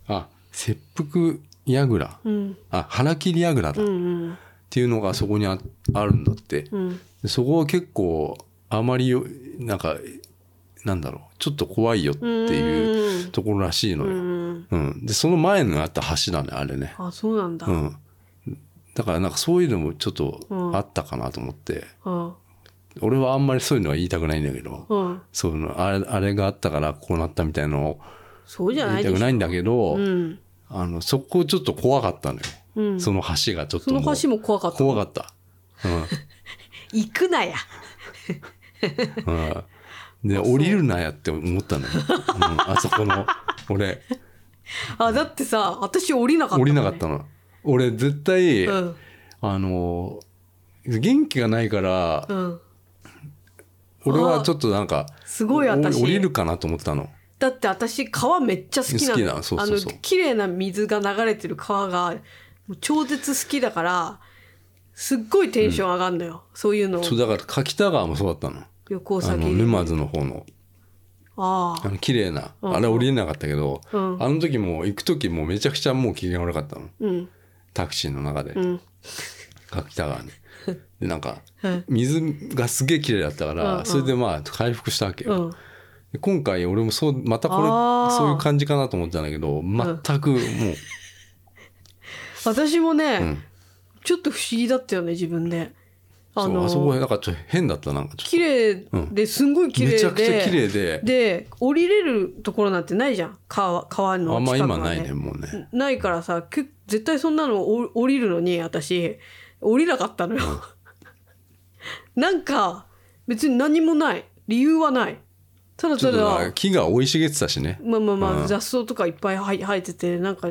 [SPEAKER 2] あ切腹櫓
[SPEAKER 1] うん
[SPEAKER 2] あ腹切り櫓だ、
[SPEAKER 1] うんうん
[SPEAKER 2] っていうのがそこにああるんだって
[SPEAKER 1] うん
[SPEAKER 2] でそこは結構あまりよなんかなんだろうちょっと怖いよっていう
[SPEAKER 1] う
[SPEAKER 2] ところらしいの
[SPEAKER 1] う
[SPEAKER 2] よ、
[SPEAKER 1] ん
[SPEAKER 2] うん、でその前のあった橋だねあれね、
[SPEAKER 1] あそうなんだ、
[SPEAKER 2] う
[SPEAKER 1] あ
[SPEAKER 2] ん、だからなんかそういうのもちょっと
[SPEAKER 1] うん
[SPEAKER 2] あったかなと思って、
[SPEAKER 1] あ
[SPEAKER 2] 俺はあんまりそういうのは言いたくないんだけど、
[SPEAKER 1] うん
[SPEAKER 2] そのあれあれがあったからこうなったみたいなのを
[SPEAKER 1] そうじゃ
[SPEAKER 2] 言
[SPEAKER 1] ないい
[SPEAKER 2] た
[SPEAKER 1] で
[SPEAKER 2] く
[SPEAKER 1] しょ
[SPEAKER 2] ないんだけど、
[SPEAKER 1] うん
[SPEAKER 2] あのそこちょっと怖かったのよ、
[SPEAKER 1] うん
[SPEAKER 2] その橋がちょっと
[SPEAKER 1] その
[SPEAKER 2] もう
[SPEAKER 1] 橋も怖かった
[SPEAKER 2] 怖かった、うん
[SPEAKER 1] 行くなや
[SPEAKER 2] うんで降りるなやって思ったのよ、うんあそこの俺
[SPEAKER 1] あだってさ私降りなかった
[SPEAKER 2] 降
[SPEAKER 1] もん
[SPEAKER 2] り
[SPEAKER 1] ね、
[SPEAKER 2] なかったの俺絶対、
[SPEAKER 1] うん
[SPEAKER 2] あの元気がないから、
[SPEAKER 1] うん
[SPEAKER 2] 俺はちょっとなんか
[SPEAKER 1] すごい
[SPEAKER 2] お
[SPEAKER 1] 私
[SPEAKER 2] 降りるかなと思ったの
[SPEAKER 1] だって私川めっちゃ好きなの
[SPEAKER 2] 好きなのそうそうそう
[SPEAKER 1] あの綺麗な水が流れてる川がもう超絶好きだからすっごいテンション上がるのよ、そういうの
[SPEAKER 2] そうだから柿田川もそうだったの
[SPEAKER 1] 旅行
[SPEAKER 2] あ
[SPEAKER 1] 先
[SPEAKER 2] の沼津の方の
[SPEAKER 1] あ
[SPEAKER 2] あの綺麗な、
[SPEAKER 1] うん
[SPEAKER 2] あれ降りれなかったけど、
[SPEAKER 1] うん
[SPEAKER 2] あの時も行く時もめちゃくちゃもう機嫌悪かったの
[SPEAKER 1] うん
[SPEAKER 2] タクシーの中で、
[SPEAKER 1] うん
[SPEAKER 2] 柿田川に。でなんか
[SPEAKER 1] うん
[SPEAKER 2] 水がすげえ綺麗だったから、
[SPEAKER 1] うんうん
[SPEAKER 2] それでまあ回復したわけよ、
[SPEAKER 1] うん
[SPEAKER 2] で今回俺もそうまたこれ
[SPEAKER 1] あー
[SPEAKER 2] そういう感じかなと思ったんだけど全くもう、
[SPEAKER 1] 私もね、
[SPEAKER 2] うん
[SPEAKER 1] ちょっと不思議だったよね自分であ
[SPEAKER 2] そう
[SPEAKER 1] の
[SPEAKER 2] あそこなんかちょっと変だったなんかちょ
[SPEAKER 1] 綺麗ですんごい
[SPEAKER 2] っと
[SPEAKER 1] 綺麗で、
[SPEAKER 2] めちゃくちゃ綺麗で
[SPEAKER 1] で降りれるところなんてないじゃん川川の
[SPEAKER 2] あんま
[SPEAKER 1] 近くは
[SPEAKER 2] 今ないねもうね
[SPEAKER 1] ないからさけ絶対そんなのお降りるのに私降りなかったのよなんか別に何もない理由はないただ
[SPEAKER 2] ちょ
[SPEAKER 1] た
[SPEAKER 2] っとなん
[SPEAKER 1] だ
[SPEAKER 2] か木が生い茂ってたしね
[SPEAKER 1] まあまあま
[SPEAKER 2] うん
[SPEAKER 1] あ雑草とかいっぱい生え生えててなんか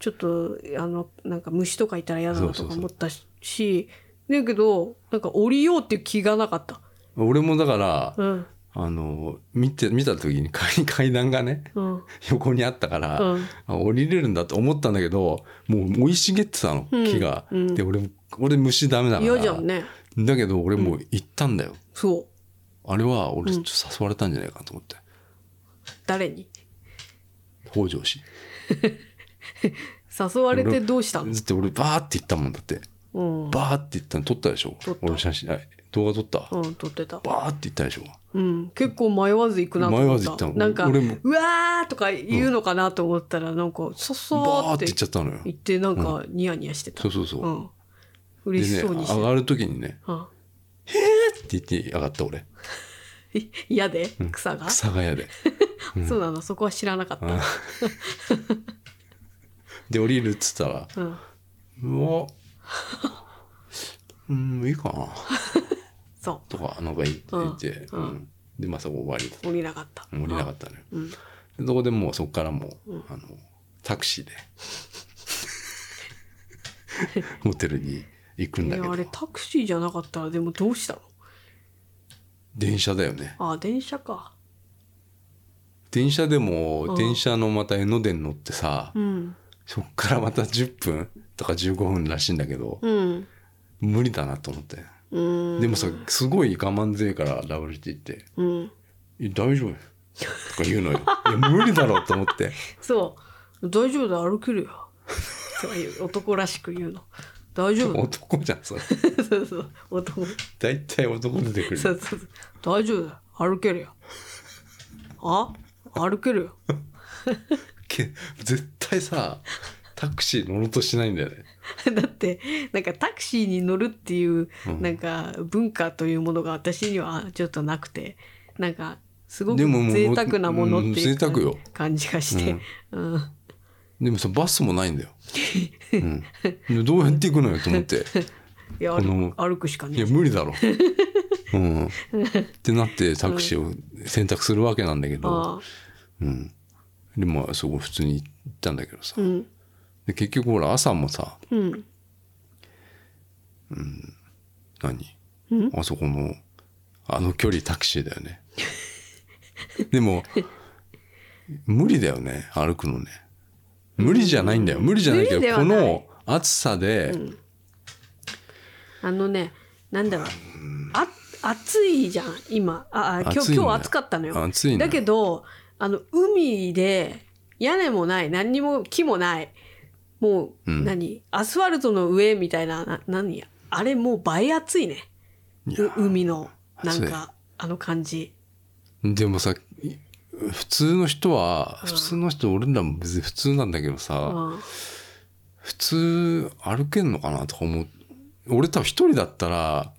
[SPEAKER 1] ちょっとあのなんか虫とかいたら嫌だな
[SPEAKER 2] そ
[SPEAKER 1] とか
[SPEAKER 2] うそうそう
[SPEAKER 1] 思ったしだけどなんか降りようっていう気がなかった
[SPEAKER 2] 俺もだから、
[SPEAKER 1] うん
[SPEAKER 2] あの見て見た時に 階階段がね
[SPEAKER 1] うん
[SPEAKER 2] 横にあったから、
[SPEAKER 1] うん
[SPEAKER 2] あ降りれるんだと思ったんだけどもう生い茂ってたの
[SPEAKER 1] うん
[SPEAKER 2] 木が、
[SPEAKER 1] うん
[SPEAKER 2] で俺俺虫ダメだから
[SPEAKER 1] 嫌じゃんね
[SPEAKER 2] だけど俺もう行ったんだよ、
[SPEAKER 1] そう
[SPEAKER 2] あれは俺ちょっと誘われたんじゃないかと思って、
[SPEAKER 1] 誰に
[SPEAKER 2] 北条氏
[SPEAKER 1] 誘われてどうしたの
[SPEAKER 2] だって俺バーって行ったもんだって
[SPEAKER 1] うん
[SPEAKER 2] バーって行ったの撮ったでしょ
[SPEAKER 1] 撮った
[SPEAKER 2] 俺写真はい動画撮った、
[SPEAKER 1] うん撮ってた
[SPEAKER 2] バーって行ったでしょ
[SPEAKER 1] うん、結構迷わず行くなと思った
[SPEAKER 2] 迷わず行ったの
[SPEAKER 1] なんか「
[SPEAKER 2] 俺も
[SPEAKER 1] うわ!」とか言うのかなと思ったら、なんか「そ
[SPEAKER 2] バ
[SPEAKER 1] そ」
[SPEAKER 2] ー
[SPEAKER 1] っ
[SPEAKER 2] って
[SPEAKER 1] て
[SPEAKER 2] 行っちゃったのよ
[SPEAKER 1] 言ってなんかニヤニヤしてた、
[SPEAKER 2] そううそうそう、
[SPEAKER 1] ん嬉し
[SPEAKER 2] で
[SPEAKER 1] そう
[SPEAKER 2] ね
[SPEAKER 1] にして
[SPEAKER 2] 上がる時にね
[SPEAKER 1] たうん
[SPEAKER 2] 「って言って上がった俺
[SPEAKER 1] い嫌で草が、
[SPEAKER 2] 草が屋で
[SPEAKER 1] そうなのそこは知らなかった、
[SPEAKER 2] で降りるっつったら
[SPEAKER 1] うん
[SPEAKER 2] 「うわうんいいかな
[SPEAKER 1] そ
[SPEAKER 2] とかなんか言っていて、
[SPEAKER 1] うんうん
[SPEAKER 2] うんでまあそこ終わりだ
[SPEAKER 1] う降りなかった
[SPEAKER 2] 降りなか
[SPEAKER 1] っ
[SPEAKER 2] ったのよ
[SPEAKER 1] た、うん、
[SPEAKER 2] でそこでもうそこからもう、あのタクシーでホテルに行くんだ
[SPEAKER 1] い
[SPEAKER 2] け
[SPEAKER 1] や
[SPEAKER 2] ど
[SPEAKER 1] あれタクシーじゃなかったらでもどうしたの
[SPEAKER 2] 電車だよね
[SPEAKER 1] あ電車か
[SPEAKER 2] 電車で
[SPEAKER 1] う
[SPEAKER 2] も
[SPEAKER 1] ん
[SPEAKER 2] 電車のまた江ノ電乗ってさ、
[SPEAKER 1] うん
[SPEAKER 2] そっからまた10分とか15分らしいんだけど、
[SPEAKER 1] うん
[SPEAKER 2] 無理だなと思って、
[SPEAKER 1] うん
[SPEAKER 2] でもさすごい我慢強いから WT って
[SPEAKER 1] うん
[SPEAKER 2] 「え大丈夫?」とか言うのよいや無理だろうと思って
[SPEAKER 1] そう大丈夫だ歩けるよ そういう男らしく言うの大丈夫
[SPEAKER 2] 男じゃんそれ
[SPEAKER 1] そうそう男
[SPEAKER 2] 大体男出てくる
[SPEAKER 1] そうそうそう大丈夫だよ歩けるよあ歩けるよ
[SPEAKER 2] け絶対さタクシー乗ろうとしないんだよね
[SPEAKER 1] だってなんかタクシーに乗るっていう、
[SPEAKER 2] うん
[SPEAKER 1] なんか文化というものが私にはちょっとなくてなんかすごく
[SPEAKER 2] でももう
[SPEAKER 1] 贅沢なものって
[SPEAKER 2] うん
[SPEAKER 1] い
[SPEAKER 2] 贅
[SPEAKER 1] う
[SPEAKER 2] 沢よ
[SPEAKER 1] 感感じがして、うん
[SPEAKER 2] でもさバスもないんだよ、うんで、どうやって行くのよと思って
[SPEAKER 1] いや
[SPEAKER 2] この
[SPEAKER 1] 歩歩くしか
[SPEAKER 2] いや
[SPEAKER 1] ね
[SPEAKER 2] 無理だろう、うん、ってなってタクシーを選択するわけなんだけど、
[SPEAKER 1] ああ
[SPEAKER 2] うん、でまあそこ普通に行ったんだけどさ、
[SPEAKER 1] うん
[SPEAKER 2] で結局ほら朝もさ
[SPEAKER 1] うん
[SPEAKER 2] 何
[SPEAKER 1] うん
[SPEAKER 2] あそこのあの距離タクシーだよね でも無理だよね歩くのね無理じゃないんだよ無理じゃないけ
[SPEAKER 1] 無理で
[SPEAKER 2] ど
[SPEAKER 1] は
[SPEAKER 2] こ
[SPEAKER 1] ない
[SPEAKER 2] の暑さで、
[SPEAKER 1] あのねなんだろうあ暑いじゃん今ああ今
[SPEAKER 2] 暑
[SPEAKER 1] 日
[SPEAKER 2] いんだよ
[SPEAKER 1] 今日暑かったのよ
[SPEAKER 2] 暑いね
[SPEAKER 1] だけどあの海で屋根もない何にも木もないもう、
[SPEAKER 2] うん
[SPEAKER 1] 何アスファルトの上みたいなな何やあれもう倍暑いね
[SPEAKER 2] いや
[SPEAKER 1] う海のなん
[SPEAKER 2] 暑い
[SPEAKER 1] かあの感じ
[SPEAKER 2] でもさい普通の人は、普通の人俺らも別に普通なんだけど
[SPEAKER 1] う
[SPEAKER 2] さ、
[SPEAKER 1] ん
[SPEAKER 2] 普通歩けんのかなとか思う俺多分一人だったら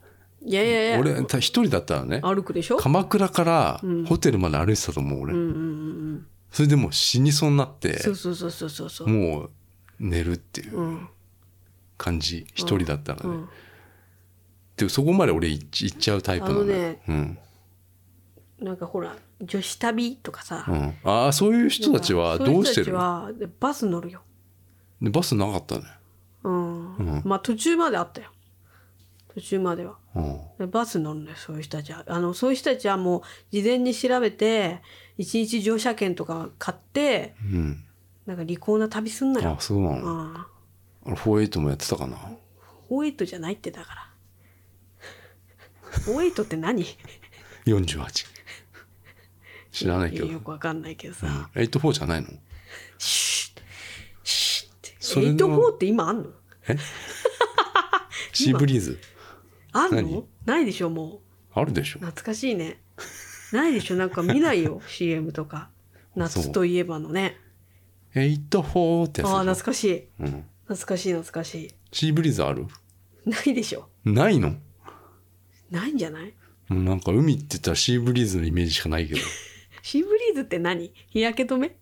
[SPEAKER 1] いやいやい
[SPEAKER 2] 俺
[SPEAKER 1] や
[SPEAKER 2] 多分一人だったらね
[SPEAKER 1] 歩くでしょ
[SPEAKER 2] 鎌倉からホテルまで歩いてたと思う俺、
[SPEAKER 1] うんうんうんうん
[SPEAKER 2] それでもう死にそうになって
[SPEAKER 1] そうそうそうそうそうそう
[SPEAKER 2] もう寝るっていう
[SPEAKER 1] うん
[SPEAKER 2] 感じ一人だったらね、
[SPEAKER 1] うん
[SPEAKER 2] でもそこまで俺いっち行っちゃうタイプなのよ
[SPEAKER 1] あのね
[SPEAKER 2] うん
[SPEAKER 1] なんかほら女子旅とかさ、
[SPEAKER 2] うん、ああそういう人たちはどうしてる
[SPEAKER 1] そういう人たちはバス乗るよ、
[SPEAKER 2] でバスなかったね、
[SPEAKER 1] うん
[SPEAKER 2] ん
[SPEAKER 1] まあ途中まであったよ途中までは
[SPEAKER 2] うん、
[SPEAKER 1] でバス乗るんだよそういう人たちはあのそういう人たちはもう事前に調べて一日乗車券とか買って
[SPEAKER 2] うん、
[SPEAKER 1] なんか利口な旅すんな
[SPEAKER 2] あ
[SPEAKER 1] よ、
[SPEAKER 2] そうなの、
[SPEAKER 1] うん、
[SPEAKER 2] あれ48もやってたかな
[SPEAKER 1] 48じゃないってだから48って何い
[SPEAKER 2] 48知らないけ
[SPEAKER 1] や
[SPEAKER 2] ど、
[SPEAKER 1] よくわかんないけど
[SPEAKER 2] う
[SPEAKER 1] さ、
[SPEAKER 2] ん、84じゃないの
[SPEAKER 1] シュッシュッって
[SPEAKER 2] それの
[SPEAKER 1] 84って今あんの
[SPEAKER 2] シーブリーズ
[SPEAKER 1] あんの
[SPEAKER 2] 何
[SPEAKER 1] ないでしょもう
[SPEAKER 2] あるでしょ
[SPEAKER 1] 懐かしいねないでしょなんか見ない よ CM とか夏といえばのね
[SPEAKER 2] 84って
[SPEAKER 1] あ
[SPEAKER 2] や
[SPEAKER 1] あ懐
[SPEAKER 2] つでし
[SPEAKER 1] かしい
[SPEAKER 2] ょ、うん、
[SPEAKER 1] 懐かしい懐かし
[SPEAKER 2] シーブリーズある
[SPEAKER 1] いないでしょ
[SPEAKER 2] ないの
[SPEAKER 1] ないんじゃない
[SPEAKER 2] もうなんか海って言ったらシーブリーズのイメージしかないけど
[SPEAKER 1] シーブリーズって何日焼け止め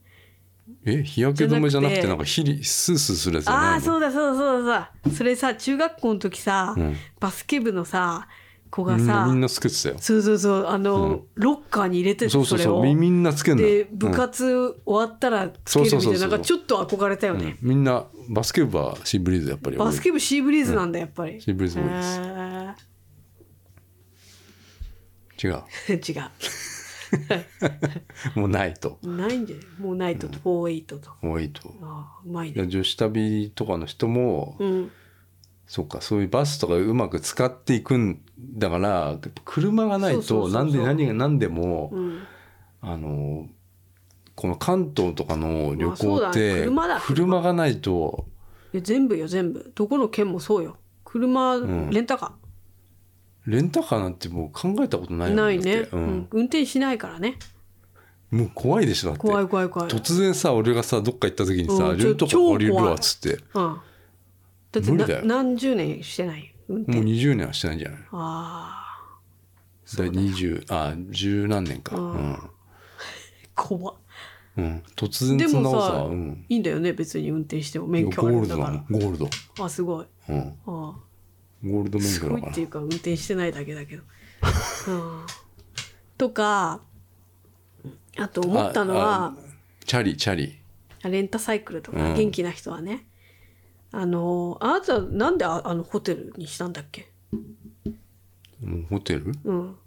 [SPEAKER 2] え日焼け止めじゃなく
[SPEAKER 1] じ
[SPEAKER 2] て
[SPEAKER 1] ゃ
[SPEAKER 2] な
[SPEAKER 1] なん
[SPEAKER 2] かヒリスースーするやつじゃないの
[SPEAKER 1] ああそうだそうだそうだそうだそれさ中学校の時さ、
[SPEAKER 2] うん
[SPEAKER 1] バスケ部のさ子が
[SPEAKER 2] みんな
[SPEAKER 1] さ
[SPEAKER 2] みんなつけてたよ
[SPEAKER 1] そうそうそうあの、ロッカーに入れてた
[SPEAKER 2] そうそう
[SPEAKER 1] れ
[SPEAKER 2] そ
[SPEAKER 1] を
[SPEAKER 2] うみみんなつけんの
[SPEAKER 1] で
[SPEAKER 2] よ
[SPEAKER 1] 部活終わったらつけ
[SPEAKER 2] そう
[SPEAKER 1] る
[SPEAKER 2] そ
[SPEAKER 1] み
[SPEAKER 2] う
[SPEAKER 1] たい
[SPEAKER 2] そう
[SPEAKER 1] なな
[SPEAKER 2] そう
[SPEAKER 1] んかちょっと憧れたよ
[SPEAKER 2] うんう
[SPEAKER 1] ね
[SPEAKER 2] ん、みんなバスケ部はシーブリーズやっぱり多い
[SPEAKER 1] バスケ部シーブリーズなんだやっぱり、
[SPEAKER 2] シーブリーズ多いです
[SPEAKER 1] へー
[SPEAKER 2] 違う
[SPEAKER 1] 違
[SPEAKER 2] もうないと
[SPEAKER 1] うないんじゃないもうナイトと48と、
[SPEAKER 2] もういいと
[SPEAKER 1] ああうまいね
[SPEAKER 2] 女子旅とかの人も、
[SPEAKER 1] うん
[SPEAKER 2] そうかそういうバスとかうまく使っていくんだからやっぱ車がない
[SPEAKER 1] そうそうそ
[SPEAKER 2] と
[SPEAKER 1] うそう
[SPEAKER 2] なんで何が何でも、
[SPEAKER 1] うん
[SPEAKER 2] あのこの関東とかの旅
[SPEAKER 1] まあそう
[SPEAKER 2] 行
[SPEAKER 1] だ
[SPEAKER 2] って、
[SPEAKER 1] 車だ
[SPEAKER 2] 車がないと
[SPEAKER 1] いや全部よ全部どこの県もそうよ車、
[SPEAKER 2] ん
[SPEAKER 1] レンタカ
[SPEAKER 2] レンタカーなんてもう考えたことな
[SPEAKER 1] ー
[SPEAKER 2] いよ
[SPEAKER 1] ないね
[SPEAKER 2] だってう
[SPEAKER 1] うんん、運転しないからね
[SPEAKER 2] もう怖いでしょだって
[SPEAKER 1] 怖い怖い怖い、うん、
[SPEAKER 2] 突然さ俺がさどっか行った時にさ
[SPEAKER 1] うん
[SPEAKER 2] 「ルート
[SPEAKER 1] ちょ
[SPEAKER 2] 降りる
[SPEAKER 1] 超怖
[SPEAKER 2] わ」
[SPEAKER 1] い
[SPEAKER 2] っつって
[SPEAKER 1] だって
[SPEAKER 2] 無理だ
[SPEAKER 1] な
[SPEAKER 2] よ
[SPEAKER 1] 何十年してない運転
[SPEAKER 2] もう20年はしてないんじゃない
[SPEAKER 1] あ
[SPEAKER 2] 大体20あ十何年かうん、
[SPEAKER 1] ー怖
[SPEAKER 2] うん、突
[SPEAKER 1] で
[SPEAKER 2] 然そんな
[SPEAKER 1] も
[SPEAKER 2] こと
[SPEAKER 1] さ
[SPEAKER 2] さ、、うん、
[SPEAKER 1] いいんだよね別に運転しても
[SPEAKER 2] い
[SPEAKER 1] 免
[SPEAKER 2] や
[SPEAKER 1] 許
[SPEAKER 2] ゴ
[SPEAKER 1] ある
[SPEAKER 2] ー
[SPEAKER 1] ん
[SPEAKER 2] ル
[SPEAKER 1] だ
[SPEAKER 2] ド
[SPEAKER 1] か
[SPEAKER 2] だも
[SPEAKER 1] ら
[SPEAKER 2] んゴールド、
[SPEAKER 1] あすごい
[SPEAKER 2] うん、
[SPEAKER 1] あ
[SPEAKER 2] ゴールドメン
[SPEAKER 1] す
[SPEAKER 2] フ
[SPEAKER 1] ご
[SPEAKER 2] ラ
[SPEAKER 1] い
[SPEAKER 2] ー
[SPEAKER 1] っ
[SPEAKER 2] か
[SPEAKER 1] ていうか運転してないだけだけど。うんとかあと思
[SPEAKER 2] な
[SPEAKER 1] ったのは
[SPEAKER 2] ああチャリチャリ
[SPEAKER 1] レンタサイクルと
[SPEAKER 2] う
[SPEAKER 1] か
[SPEAKER 2] ん
[SPEAKER 1] 元気な人はね、あのあなたなんでああのホテルにしたんだっけ
[SPEAKER 2] もうホテル
[SPEAKER 1] うん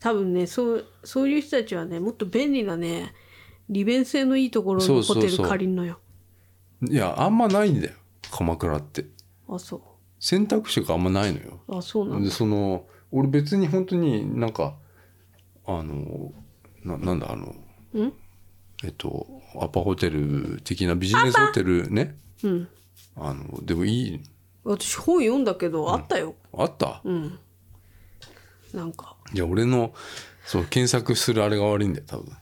[SPEAKER 1] 多分ねそうそういう人たちはねもっと便利なね利便性のいいところ
[SPEAKER 2] そ
[SPEAKER 1] の
[SPEAKER 2] うそ
[SPEAKER 1] ホ
[SPEAKER 2] うそう
[SPEAKER 1] テル借りんのよ
[SPEAKER 2] いやあんまないんだよ鎌倉って選択肢があんまないのよ
[SPEAKER 1] あそうあそうなん
[SPEAKER 2] で
[SPEAKER 1] だ
[SPEAKER 2] その俺別に本当になんかあのななんだあの
[SPEAKER 1] うん
[SPEAKER 2] えっとアパホテル的なビジネスホテルね
[SPEAKER 1] うん
[SPEAKER 2] あのでもいい
[SPEAKER 1] 私本読んだけどあったよ
[SPEAKER 2] あった
[SPEAKER 1] うん、なんか
[SPEAKER 2] いや俺のそう検索するあれが悪いんだよ多 分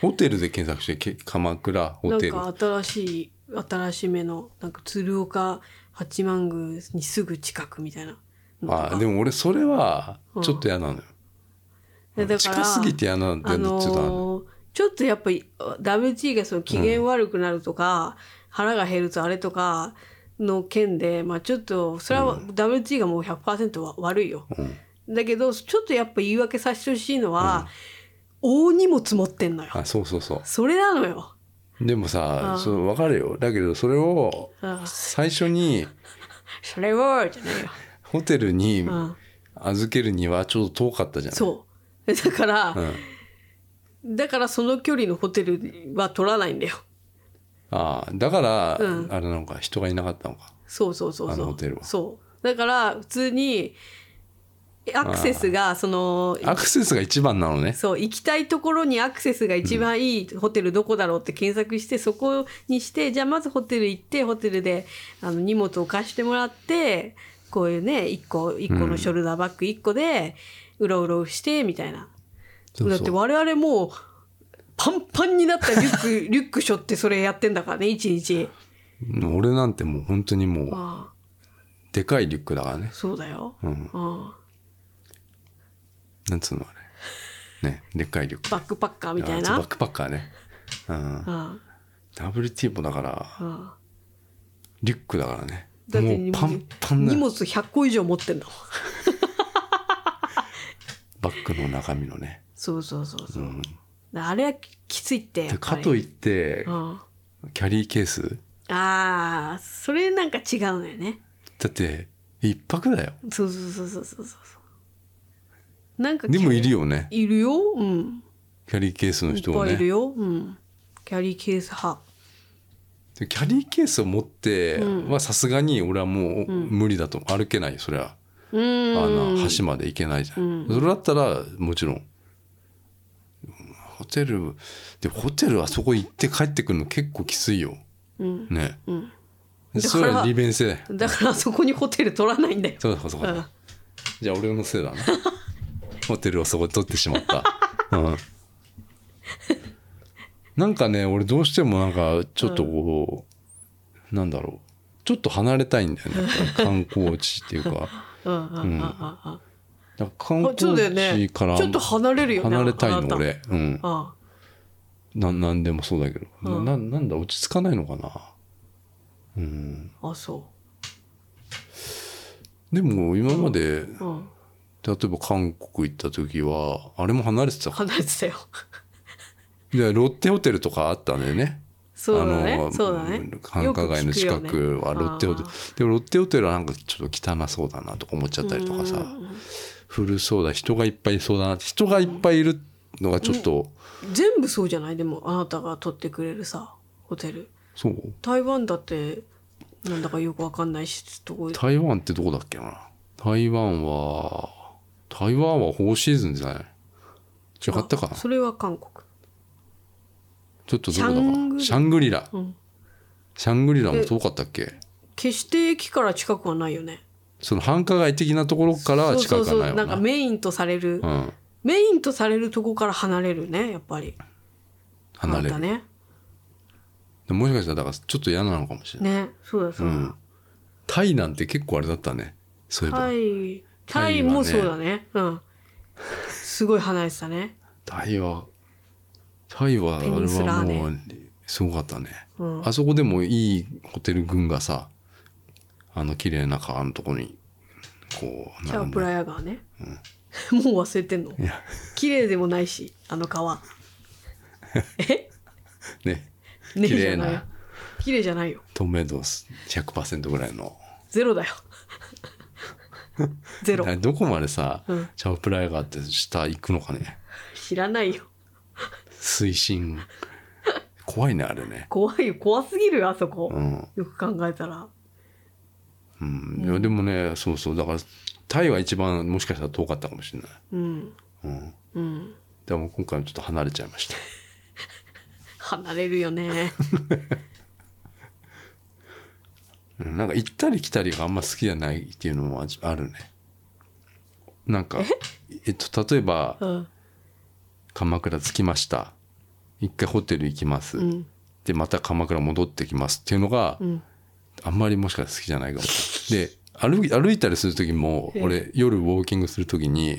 [SPEAKER 2] ホテルで検索してけ鎌倉ホ
[SPEAKER 1] なん
[SPEAKER 2] テル
[SPEAKER 1] か新しい新しめのなんか鶴岡八幡宮にすぐ近くみたいなのとか
[SPEAKER 2] あでも俺それはちょっと嫌なのよ、
[SPEAKER 1] いやだから
[SPEAKER 2] 近すぎて嫌なんだ
[SPEAKER 1] あ
[SPEAKER 2] よ、ちょっとあの
[SPEAKER 1] のーちょっとやっぱり WT がその機嫌悪くなるとか、腹が減るとあれとかの件で、まあ、ちょっとそれは WT がもう100%は悪いよ、だけどちょっとやっぱ言い訳させてほしいのは、大荷物持ってんのよ
[SPEAKER 2] あそうそうそ
[SPEAKER 1] それなのよ
[SPEAKER 2] うでもさそう分かるよだけどそれを
[SPEAKER 1] あ
[SPEAKER 2] 最初に
[SPEAKER 1] それはじゃないよ、
[SPEAKER 2] ホテルに
[SPEAKER 1] うん、
[SPEAKER 2] 預けるにはちょっと遠かったじゃない、
[SPEAKER 1] そうだから、
[SPEAKER 2] うん、
[SPEAKER 1] だからその距離のホテルは取らないんだよ
[SPEAKER 2] ああだから、
[SPEAKER 1] うん
[SPEAKER 2] あれなのか人がいなかったのか
[SPEAKER 1] そうそうそうそう
[SPEAKER 2] あのホテルは
[SPEAKER 1] そうだから普通にアクセスがその
[SPEAKER 2] アクセスが一番なのね
[SPEAKER 1] そう行きたいところにアクセスが一番いいホテルどこだろうって検索して、そこにしてじゃあまずホテル行ってホテルであの荷物を貸してもらってこういうね1個一個のショルダーバッグ1個でうろうろしてみたいな。
[SPEAKER 2] そう
[SPEAKER 1] だって
[SPEAKER 2] そう
[SPEAKER 1] 我々もうパンパンになったリュックリュック背負ってそれやってんだからね一日。
[SPEAKER 2] 俺なんてもう本当にもう
[SPEAKER 1] あ
[SPEAKER 2] でかいリュックだからね
[SPEAKER 1] あそうだよ。
[SPEAKER 2] うん
[SPEAKER 1] ああ
[SPEAKER 2] なんつうのあれねでっかいリュック
[SPEAKER 1] バックパッカーみたい
[SPEAKER 2] あそう
[SPEAKER 1] な
[SPEAKER 2] バッ。クパッカーねうん
[SPEAKER 1] あ
[SPEAKER 2] WT もだから
[SPEAKER 1] あああ
[SPEAKER 2] リュックだからね
[SPEAKER 1] だって
[SPEAKER 2] もうパンパンだ
[SPEAKER 1] 荷
[SPEAKER 2] よ
[SPEAKER 1] 物100個以上持ってんだもん。
[SPEAKER 2] バッグの中身のね、
[SPEAKER 1] そうそうそうそうう。
[SPEAKER 2] ん、
[SPEAKER 1] あれはきついってや
[SPEAKER 2] で
[SPEAKER 1] っぱ
[SPEAKER 2] か
[SPEAKER 1] り。
[SPEAKER 2] といって
[SPEAKER 1] うん
[SPEAKER 2] キャリーケース
[SPEAKER 1] ああそれなんか違うのよね。
[SPEAKER 2] だって一泊だよ
[SPEAKER 1] そうそうそうそうそうそう。なんか
[SPEAKER 2] でもいる
[SPEAKER 1] よ。
[SPEAKER 2] よね
[SPEAKER 1] いるよ。うん。
[SPEAKER 2] キャリーケースの
[SPEAKER 1] いっ
[SPEAKER 2] 人は
[SPEAKER 1] ぱいいる
[SPEAKER 2] ね
[SPEAKER 1] よ。うん。キャリーケース派。
[SPEAKER 2] でキャリーケースを持って
[SPEAKER 1] うん
[SPEAKER 2] はさすがに俺はもう
[SPEAKER 1] うん
[SPEAKER 2] 無理だと歩けないよそれは
[SPEAKER 1] う
[SPEAKER 2] あ
[SPEAKER 1] ん。
[SPEAKER 2] の橋まで行けないじゃん、
[SPEAKER 1] うん
[SPEAKER 2] それだったらもちろんうんホテルでホテルあそこ行って帰ってくるの結構きついよ
[SPEAKER 1] うん。
[SPEAKER 2] ね
[SPEAKER 1] うん。
[SPEAKER 2] で
[SPEAKER 1] だ
[SPEAKER 2] そ
[SPEAKER 1] から
[SPEAKER 2] れは利便性だよ
[SPEAKER 1] だからそこにホテル取らないんだよ。
[SPEAKER 2] そうだそう
[SPEAKER 1] う
[SPEAKER 2] だ、
[SPEAKER 1] ん。
[SPEAKER 2] じゃあ俺のせいだな ホテルをそこで取ってしまった、うん、なんかね俺どうしてもなんかちょっとこう、なんだろうちょっと離れたいんだよね観光地っていうかだか
[SPEAKER 1] うんうんうんうんうん。
[SPEAKER 2] ら観
[SPEAKER 1] あそう
[SPEAKER 2] 光
[SPEAKER 1] だよね
[SPEAKER 2] 地から
[SPEAKER 1] ちょっと離れるよね
[SPEAKER 2] 離れた
[SPEAKER 1] あ
[SPEAKER 2] い
[SPEAKER 1] な
[SPEAKER 2] の
[SPEAKER 1] た
[SPEAKER 2] 俺、うん、
[SPEAKER 1] あ
[SPEAKER 2] ななんでもそうだけど、
[SPEAKER 1] うん
[SPEAKER 2] ななんだ落ち着かないのかなうん
[SPEAKER 1] ああそ
[SPEAKER 2] でも今まで、
[SPEAKER 1] う、うん、
[SPEAKER 2] 例えば韓国行った時はあれも離れてたか
[SPEAKER 1] 離れてたよ
[SPEAKER 2] でロッテホテルとかあったんだよね
[SPEAKER 1] そうだ
[SPEAKER 2] あ
[SPEAKER 1] ね
[SPEAKER 2] の
[SPEAKER 1] そうだね
[SPEAKER 2] 繁華街の近くはロッテホテル、でもロッテホテルはなんかちょっと汚そうだなとか思っちゃったりとかさ古そうだ人がいっぱいいそうだな人がいっぱいいるのがちょっと、
[SPEAKER 1] 全部そうじゃないでもあなたが取ってくれるさホテル
[SPEAKER 2] そう
[SPEAKER 1] 台湾だってなんだかよくわかんないしとこ
[SPEAKER 2] 台湾ってどこだっけな台湾は台湾はフォーシーズンじゃない違ったかな
[SPEAKER 1] それは韓国
[SPEAKER 2] ちょっとどこだかなシ
[SPEAKER 1] シ
[SPEAKER 2] ャングリラ、
[SPEAKER 1] うん
[SPEAKER 2] シャングリラも遠かったっけ
[SPEAKER 1] 決して駅から近くはないよね
[SPEAKER 2] その繁華街的なところからは近くはない
[SPEAKER 1] そう
[SPEAKER 2] よ
[SPEAKER 1] そうそう
[SPEAKER 2] な
[SPEAKER 1] なんかメインとされる、
[SPEAKER 2] うん、
[SPEAKER 1] メインとされるとこから離れるねやっぱり
[SPEAKER 2] 離れ
[SPEAKER 1] あ
[SPEAKER 2] る、
[SPEAKER 1] なたね
[SPEAKER 2] もしかしたらだからちょっと嫌なのかもしれない
[SPEAKER 1] ねそうだそうだ、
[SPEAKER 2] うんタイなんて結構あれだったねそういえば、
[SPEAKER 1] タイ
[SPEAKER 2] タ
[SPEAKER 1] タ
[SPEAKER 2] イはね
[SPEAKER 1] イもそうだねうんすごい離れてたね
[SPEAKER 2] タイはタイはあれ
[SPEAKER 1] ペニンス
[SPEAKER 2] は
[SPEAKER 1] ラー
[SPEAKER 2] も
[SPEAKER 1] ね
[SPEAKER 2] うすごかったね、
[SPEAKER 1] うん
[SPEAKER 2] あそこでもいいホテル群がさあの綺麗な川のとこにこう
[SPEAKER 1] チャ
[SPEAKER 2] 並
[SPEAKER 1] ー
[SPEAKER 2] ん
[SPEAKER 1] プ
[SPEAKER 2] で
[SPEAKER 1] ラヤ川ね、 もう忘れてんの
[SPEAKER 2] いや
[SPEAKER 1] 綺麗でもないしあの川え
[SPEAKER 2] ね
[SPEAKER 1] ねえ
[SPEAKER 2] 綺
[SPEAKER 1] じ
[SPEAKER 2] 麗
[SPEAKER 1] ゃないよ
[SPEAKER 2] な
[SPEAKER 1] 綺麗じゃないよ
[SPEAKER 2] 透明度100%ぐらいの
[SPEAKER 1] ゼロだ よゼロ
[SPEAKER 2] あれどこまでさ、
[SPEAKER 1] うん
[SPEAKER 2] チャオプライガーって下行くのかね
[SPEAKER 1] 知らないよ
[SPEAKER 2] 水深怖いねあれね
[SPEAKER 1] 怖いよ怖すぎるよあそこ、
[SPEAKER 2] うん、
[SPEAKER 1] よく考えたら
[SPEAKER 2] うん、いやでもねそうそうだからタイは一番もしかしたら遠かったかもしれない、
[SPEAKER 1] うん
[SPEAKER 2] うん、
[SPEAKER 1] うん
[SPEAKER 2] でも今回はちょっと離れちゃいました
[SPEAKER 1] 離れるよ ね
[SPEAKER 2] うんなんか行ったり来たりがあんま好きじゃないっていうのもああるねなんかえっと例えば
[SPEAKER 1] うん
[SPEAKER 2] 鎌倉着きました一回ホテル行きます、
[SPEAKER 1] うん
[SPEAKER 2] でまた鎌倉戻ってきますっていうのが、
[SPEAKER 1] うん
[SPEAKER 2] あんまりもしかしたら好きじゃないかもしれないで歩い歩いたりする時も
[SPEAKER 1] ええ
[SPEAKER 2] 俺夜ウォーキングする時に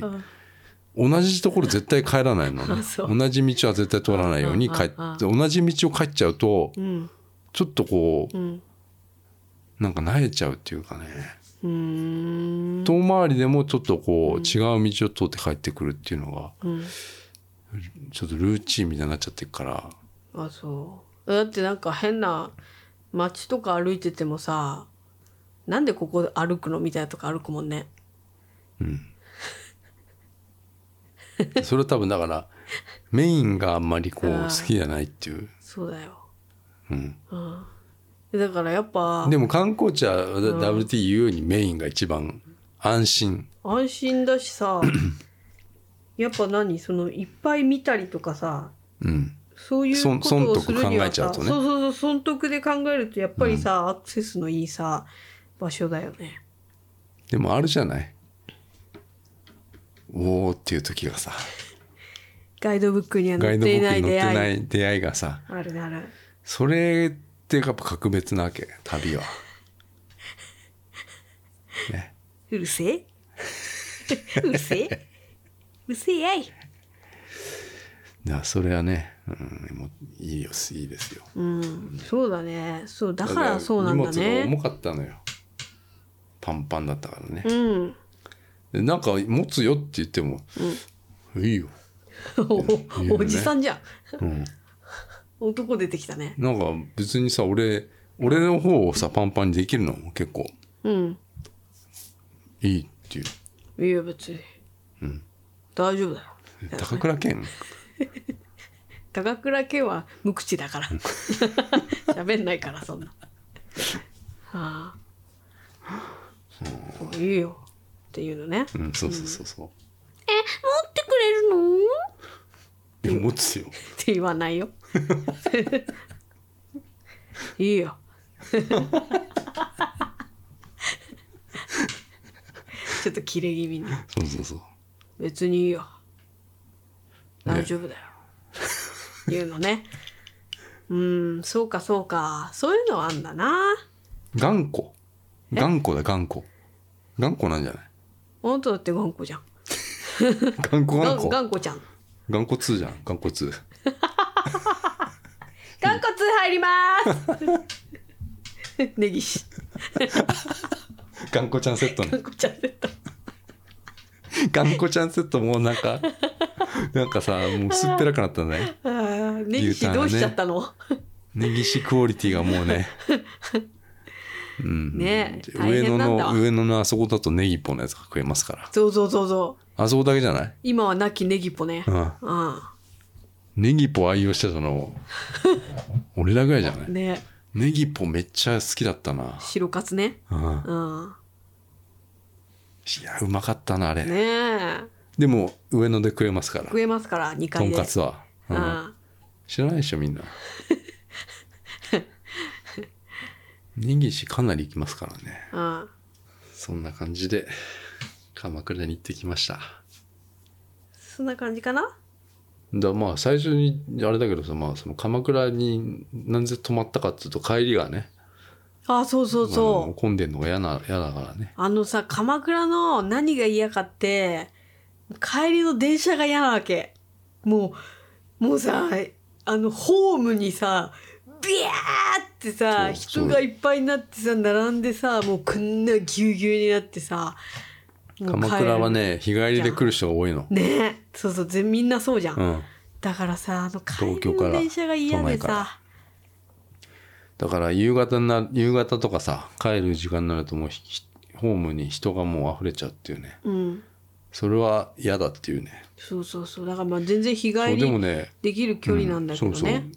[SPEAKER 1] うん
[SPEAKER 2] 同じところ絶対帰らないの ね
[SPEAKER 1] そう
[SPEAKER 2] 同じ道は絶対通らないように帰っ
[SPEAKER 1] うんうんうん
[SPEAKER 2] 同じ道を帰っちゃうと
[SPEAKER 1] うん
[SPEAKER 2] ちょっとこう
[SPEAKER 1] うん
[SPEAKER 2] なんか慣れちゃうっていうかね
[SPEAKER 1] うーん
[SPEAKER 2] 遠回りでもちょっとこう違う道を通って帰ってくるっていうの
[SPEAKER 1] う
[SPEAKER 2] が
[SPEAKER 1] ん
[SPEAKER 2] ちょっとルーチンみたいになっちゃってるから
[SPEAKER 1] あそうだってなんか変な街とか歩いててもさなんでここで歩くのみたいなとか歩くもんね
[SPEAKER 2] それは多分だからメインがあんまりこう
[SPEAKER 1] あー
[SPEAKER 2] 好きじゃないっていう、
[SPEAKER 1] そうだよ
[SPEAKER 2] うん、
[SPEAKER 1] うんだからやっぱ
[SPEAKER 2] でも観光地は WT 言うようにメインが一番安心
[SPEAKER 1] 安心だし さやっぱ何そのいっぱい見たりとかさ
[SPEAKER 2] うん
[SPEAKER 1] そういう
[SPEAKER 2] 損
[SPEAKER 1] ことをするには
[SPEAKER 2] 損得考えちゃ
[SPEAKER 1] さ
[SPEAKER 2] う
[SPEAKER 1] そ
[SPEAKER 2] と
[SPEAKER 1] う
[SPEAKER 2] ね
[SPEAKER 1] そうそう損得で考えるとやっぱりさ、アクセスのいいさ場所だよね
[SPEAKER 2] でもあるじゃないおーっていう時がさ
[SPEAKER 1] ガイドブックには
[SPEAKER 2] ガ
[SPEAKER 1] 載
[SPEAKER 2] イ
[SPEAKER 1] っ
[SPEAKER 2] ドブ
[SPEAKER 1] てい
[SPEAKER 2] ック
[SPEAKER 1] な
[SPEAKER 2] に
[SPEAKER 1] い
[SPEAKER 2] 載って
[SPEAKER 1] 出
[SPEAKER 2] な
[SPEAKER 1] 会い
[SPEAKER 2] い出会いがさ
[SPEAKER 1] あるねある
[SPEAKER 2] それってやっぱ格別なわけ旅 はね
[SPEAKER 1] うるせえ うるせえうるせえやい
[SPEAKER 2] だからそれはね、うん、もういいよいいですよ
[SPEAKER 1] うんそうだねそうだからそうなんだ
[SPEAKER 2] 荷物が
[SPEAKER 1] ね
[SPEAKER 2] 重かったのよパンパンだったからね
[SPEAKER 1] う、ん
[SPEAKER 2] でなんか持つよって言っても、いいよ、いいよね
[SPEAKER 1] おおじさんじゃん
[SPEAKER 2] うん、
[SPEAKER 1] 男出てきたね
[SPEAKER 2] なんか別にさ俺俺の方をさパンパンにできるのも結構
[SPEAKER 1] うん
[SPEAKER 2] いいっていう
[SPEAKER 1] いや別に、大丈夫だよ
[SPEAKER 2] 高倉健
[SPEAKER 1] 高倉家は無口だから 喋んないからそんなはあいいよっていうのね
[SPEAKER 2] うんそうそうそうそう
[SPEAKER 1] え持ってくれるのっ
[SPEAKER 2] いや持つよ
[SPEAKER 1] て言わないよいいよちょっとキレ気味に
[SPEAKER 2] そうそうそう
[SPEAKER 1] 別にいいよ大丈夫だよ、いうのねうんそうかそうかそういうのはあんだな
[SPEAKER 2] 頑固頑固だ頑固頑固なんじ ゃない
[SPEAKER 1] 本当だって頑固じゃん
[SPEAKER 2] 頑固
[SPEAKER 1] がん
[SPEAKER 2] 頑固
[SPEAKER 1] 頑固ちゃん
[SPEAKER 2] 頑固通じゃん頑固通
[SPEAKER 1] 頑固通入ります 根岸
[SPEAKER 2] 頑固ちゃんセットね
[SPEAKER 1] 頑固ちゃんセット
[SPEAKER 2] 頑固ちゃんセットもうな んかなんかさもう薄っぺらくなったね
[SPEAKER 1] あー根岸どうしちゃったの
[SPEAKER 2] 根岸クオリティがも うねうん
[SPEAKER 1] ねえ大
[SPEAKER 2] 上
[SPEAKER 1] 変
[SPEAKER 2] 野
[SPEAKER 1] なんだわ
[SPEAKER 2] の上野のあそこだとネギ一本のやつが食えますから
[SPEAKER 1] そうそうそうそう
[SPEAKER 2] あそこだけじゃない
[SPEAKER 1] 今は亡きネギポね
[SPEAKER 2] うん
[SPEAKER 1] う
[SPEAKER 2] ネギポ愛用してたの俺らぐらいじゃない
[SPEAKER 1] んね
[SPEAKER 2] ネギポめっちゃ好きだったな、
[SPEAKER 1] 白カツね
[SPEAKER 2] うん、
[SPEAKER 1] うん
[SPEAKER 2] いやうまかったなあれ、
[SPEAKER 1] ねえ
[SPEAKER 2] でも上野で食えますから
[SPEAKER 1] 食えますから2
[SPEAKER 2] と
[SPEAKER 1] 階
[SPEAKER 2] ん
[SPEAKER 1] で
[SPEAKER 2] かつは、うん
[SPEAKER 1] うん
[SPEAKER 2] 知らないでしょ みんなネギシかなり行きますからね
[SPEAKER 1] うん
[SPEAKER 2] そんな感じで鎌倉に行ってきました
[SPEAKER 1] そんな感じかな
[SPEAKER 2] だまあ最初にあれだけどさ、まあ、その鎌倉になぜ泊まったかっていうと帰りがね
[SPEAKER 1] あそうそう
[SPEAKER 2] あの
[SPEAKER 1] そう
[SPEAKER 2] 混んでんのが嫌な嫌だからね
[SPEAKER 1] あのさ鎌倉の何が嫌かって帰りの電車が嫌なわけもうもうさあのホームにさビャーってさ
[SPEAKER 2] そうそ
[SPEAKER 1] 人
[SPEAKER 2] う
[SPEAKER 1] がいっぱいになってさ並んでさもうこんなぎゅうぎゅうになってさもう帰る
[SPEAKER 2] 鎌倉はね日帰りで来る人が多いの、
[SPEAKER 1] ねそうそうぜみんなそうじゃん、
[SPEAKER 2] うん、
[SPEAKER 1] だからさあの帰
[SPEAKER 2] 東
[SPEAKER 1] り
[SPEAKER 2] 京か
[SPEAKER 1] の
[SPEAKER 2] ら
[SPEAKER 1] 電車が嫌で
[SPEAKER 2] 都内から
[SPEAKER 1] さ
[SPEAKER 2] だから夕方な夕方とかさ帰る時間になるともうひひホームに人がもう溢れちゃうっていうね
[SPEAKER 1] うん
[SPEAKER 2] それは嫌だっていうね
[SPEAKER 1] そうそうそうだからまあ全然日
[SPEAKER 2] そ
[SPEAKER 1] 帰
[SPEAKER 2] うでも
[SPEAKER 1] り
[SPEAKER 2] ね
[SPEAKER 1] できる距離なんだけどね、
[SPEAKER 2] うんそうそう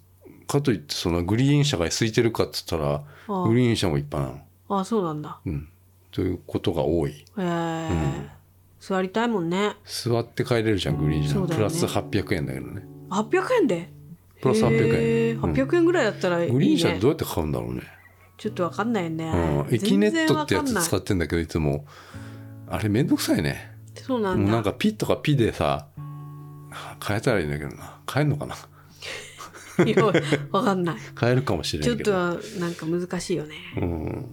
[SPEAKER 2] かといってそのグリーン車が空いてるかっつったら
[SPEAKER 1] ああ
[SPEAKER 2] グリーン車もいっぱいなの
[SPEAKER 1] ああそうなんだ
[SPEAKER 2] うんということが多い
[SPEAKER 1] へえ、座りたいもんね
[SPEAKER 2] 座って帰れるじゃんグリーン車、
[SPEAKER 1] そうだよ
[SPEAKER 2] プ
[SPEAKER 1] ね
[SPEAKER 2] ラス800円だけどね
[SPEAKER 1] 800円で
[SPEAKER 2] プラス800円
[SPEAKER 1] へえ800円ぐらいだったらいい、ね
[SPEAKER 2] グリーン車どうやって買うんだろうね
[SPEAKER 1] ちょっとわかんないよね、
[SPEAKER 2] うん、エキネットってやつ使
[SPEAKER 1] っ
[SPEAKER 2] ってんだけどいつもあれめんどくさいね
[SPEAKER 1] てそうな
[SPEAKER 2] も
[SPEAKER 1] ん
[SPEAKER 2] う
[SPEAKER 1] だ
[SPEAKER 2] なんかピッとかピでさ変えたらいいんだけどな変えるのかない
[SPEAKER 1] やわかんない
[SPEAKER 2] 変えるかもしれ
[SPEAKER 1] ちょっ
[SPEAKER 2] ないけ
[SPEAKER 1] と
[SPEAKER 2] ど
[SPEAKER 1] はなんか難しいよね
[SPEAKER 2] うん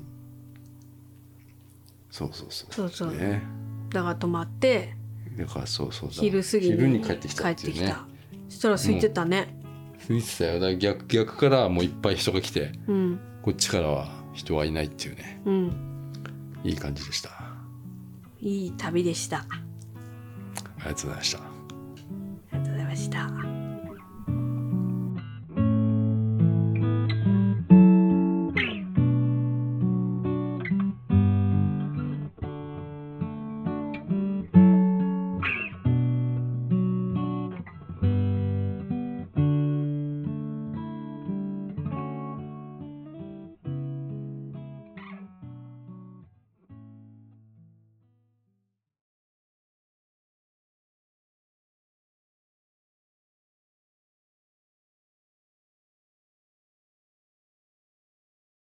[SPEAKER 2] そうそうそう
[SPEAKER 1] そうそう
[SPEAKER 2] ね
[SPEAKER 1] だから泊まって
[SPEAKER 2] だからそうそうだ
[SPEAKER 1] 昼過ぎ
[SPEAKER 2] 昼に
[SPEAKER 1] に
[SPEAKER 2] 帰ってきたってい
[SPEAKER 1] 帰
[SPEAKER 2] う
[SPEAKER 1] って
[SPEAKER 2] ね
[SPEAKER 1] きたそしたら空いてたね
[SPEAKER 2] 過ぎてたよだから逆逆からもういっぱい人が来て
[SPEAKER 1] うん
[SPEAKER 2] こっちからは人はいないっていうね
[SPEAKER 1] うん
[SPEAKER 2] いい感じでしたあ
[SPEAKER 1] いい旅でしたあ
[SPEAKER 2] りがとうございました
[SPEAKER 1] りがとうございました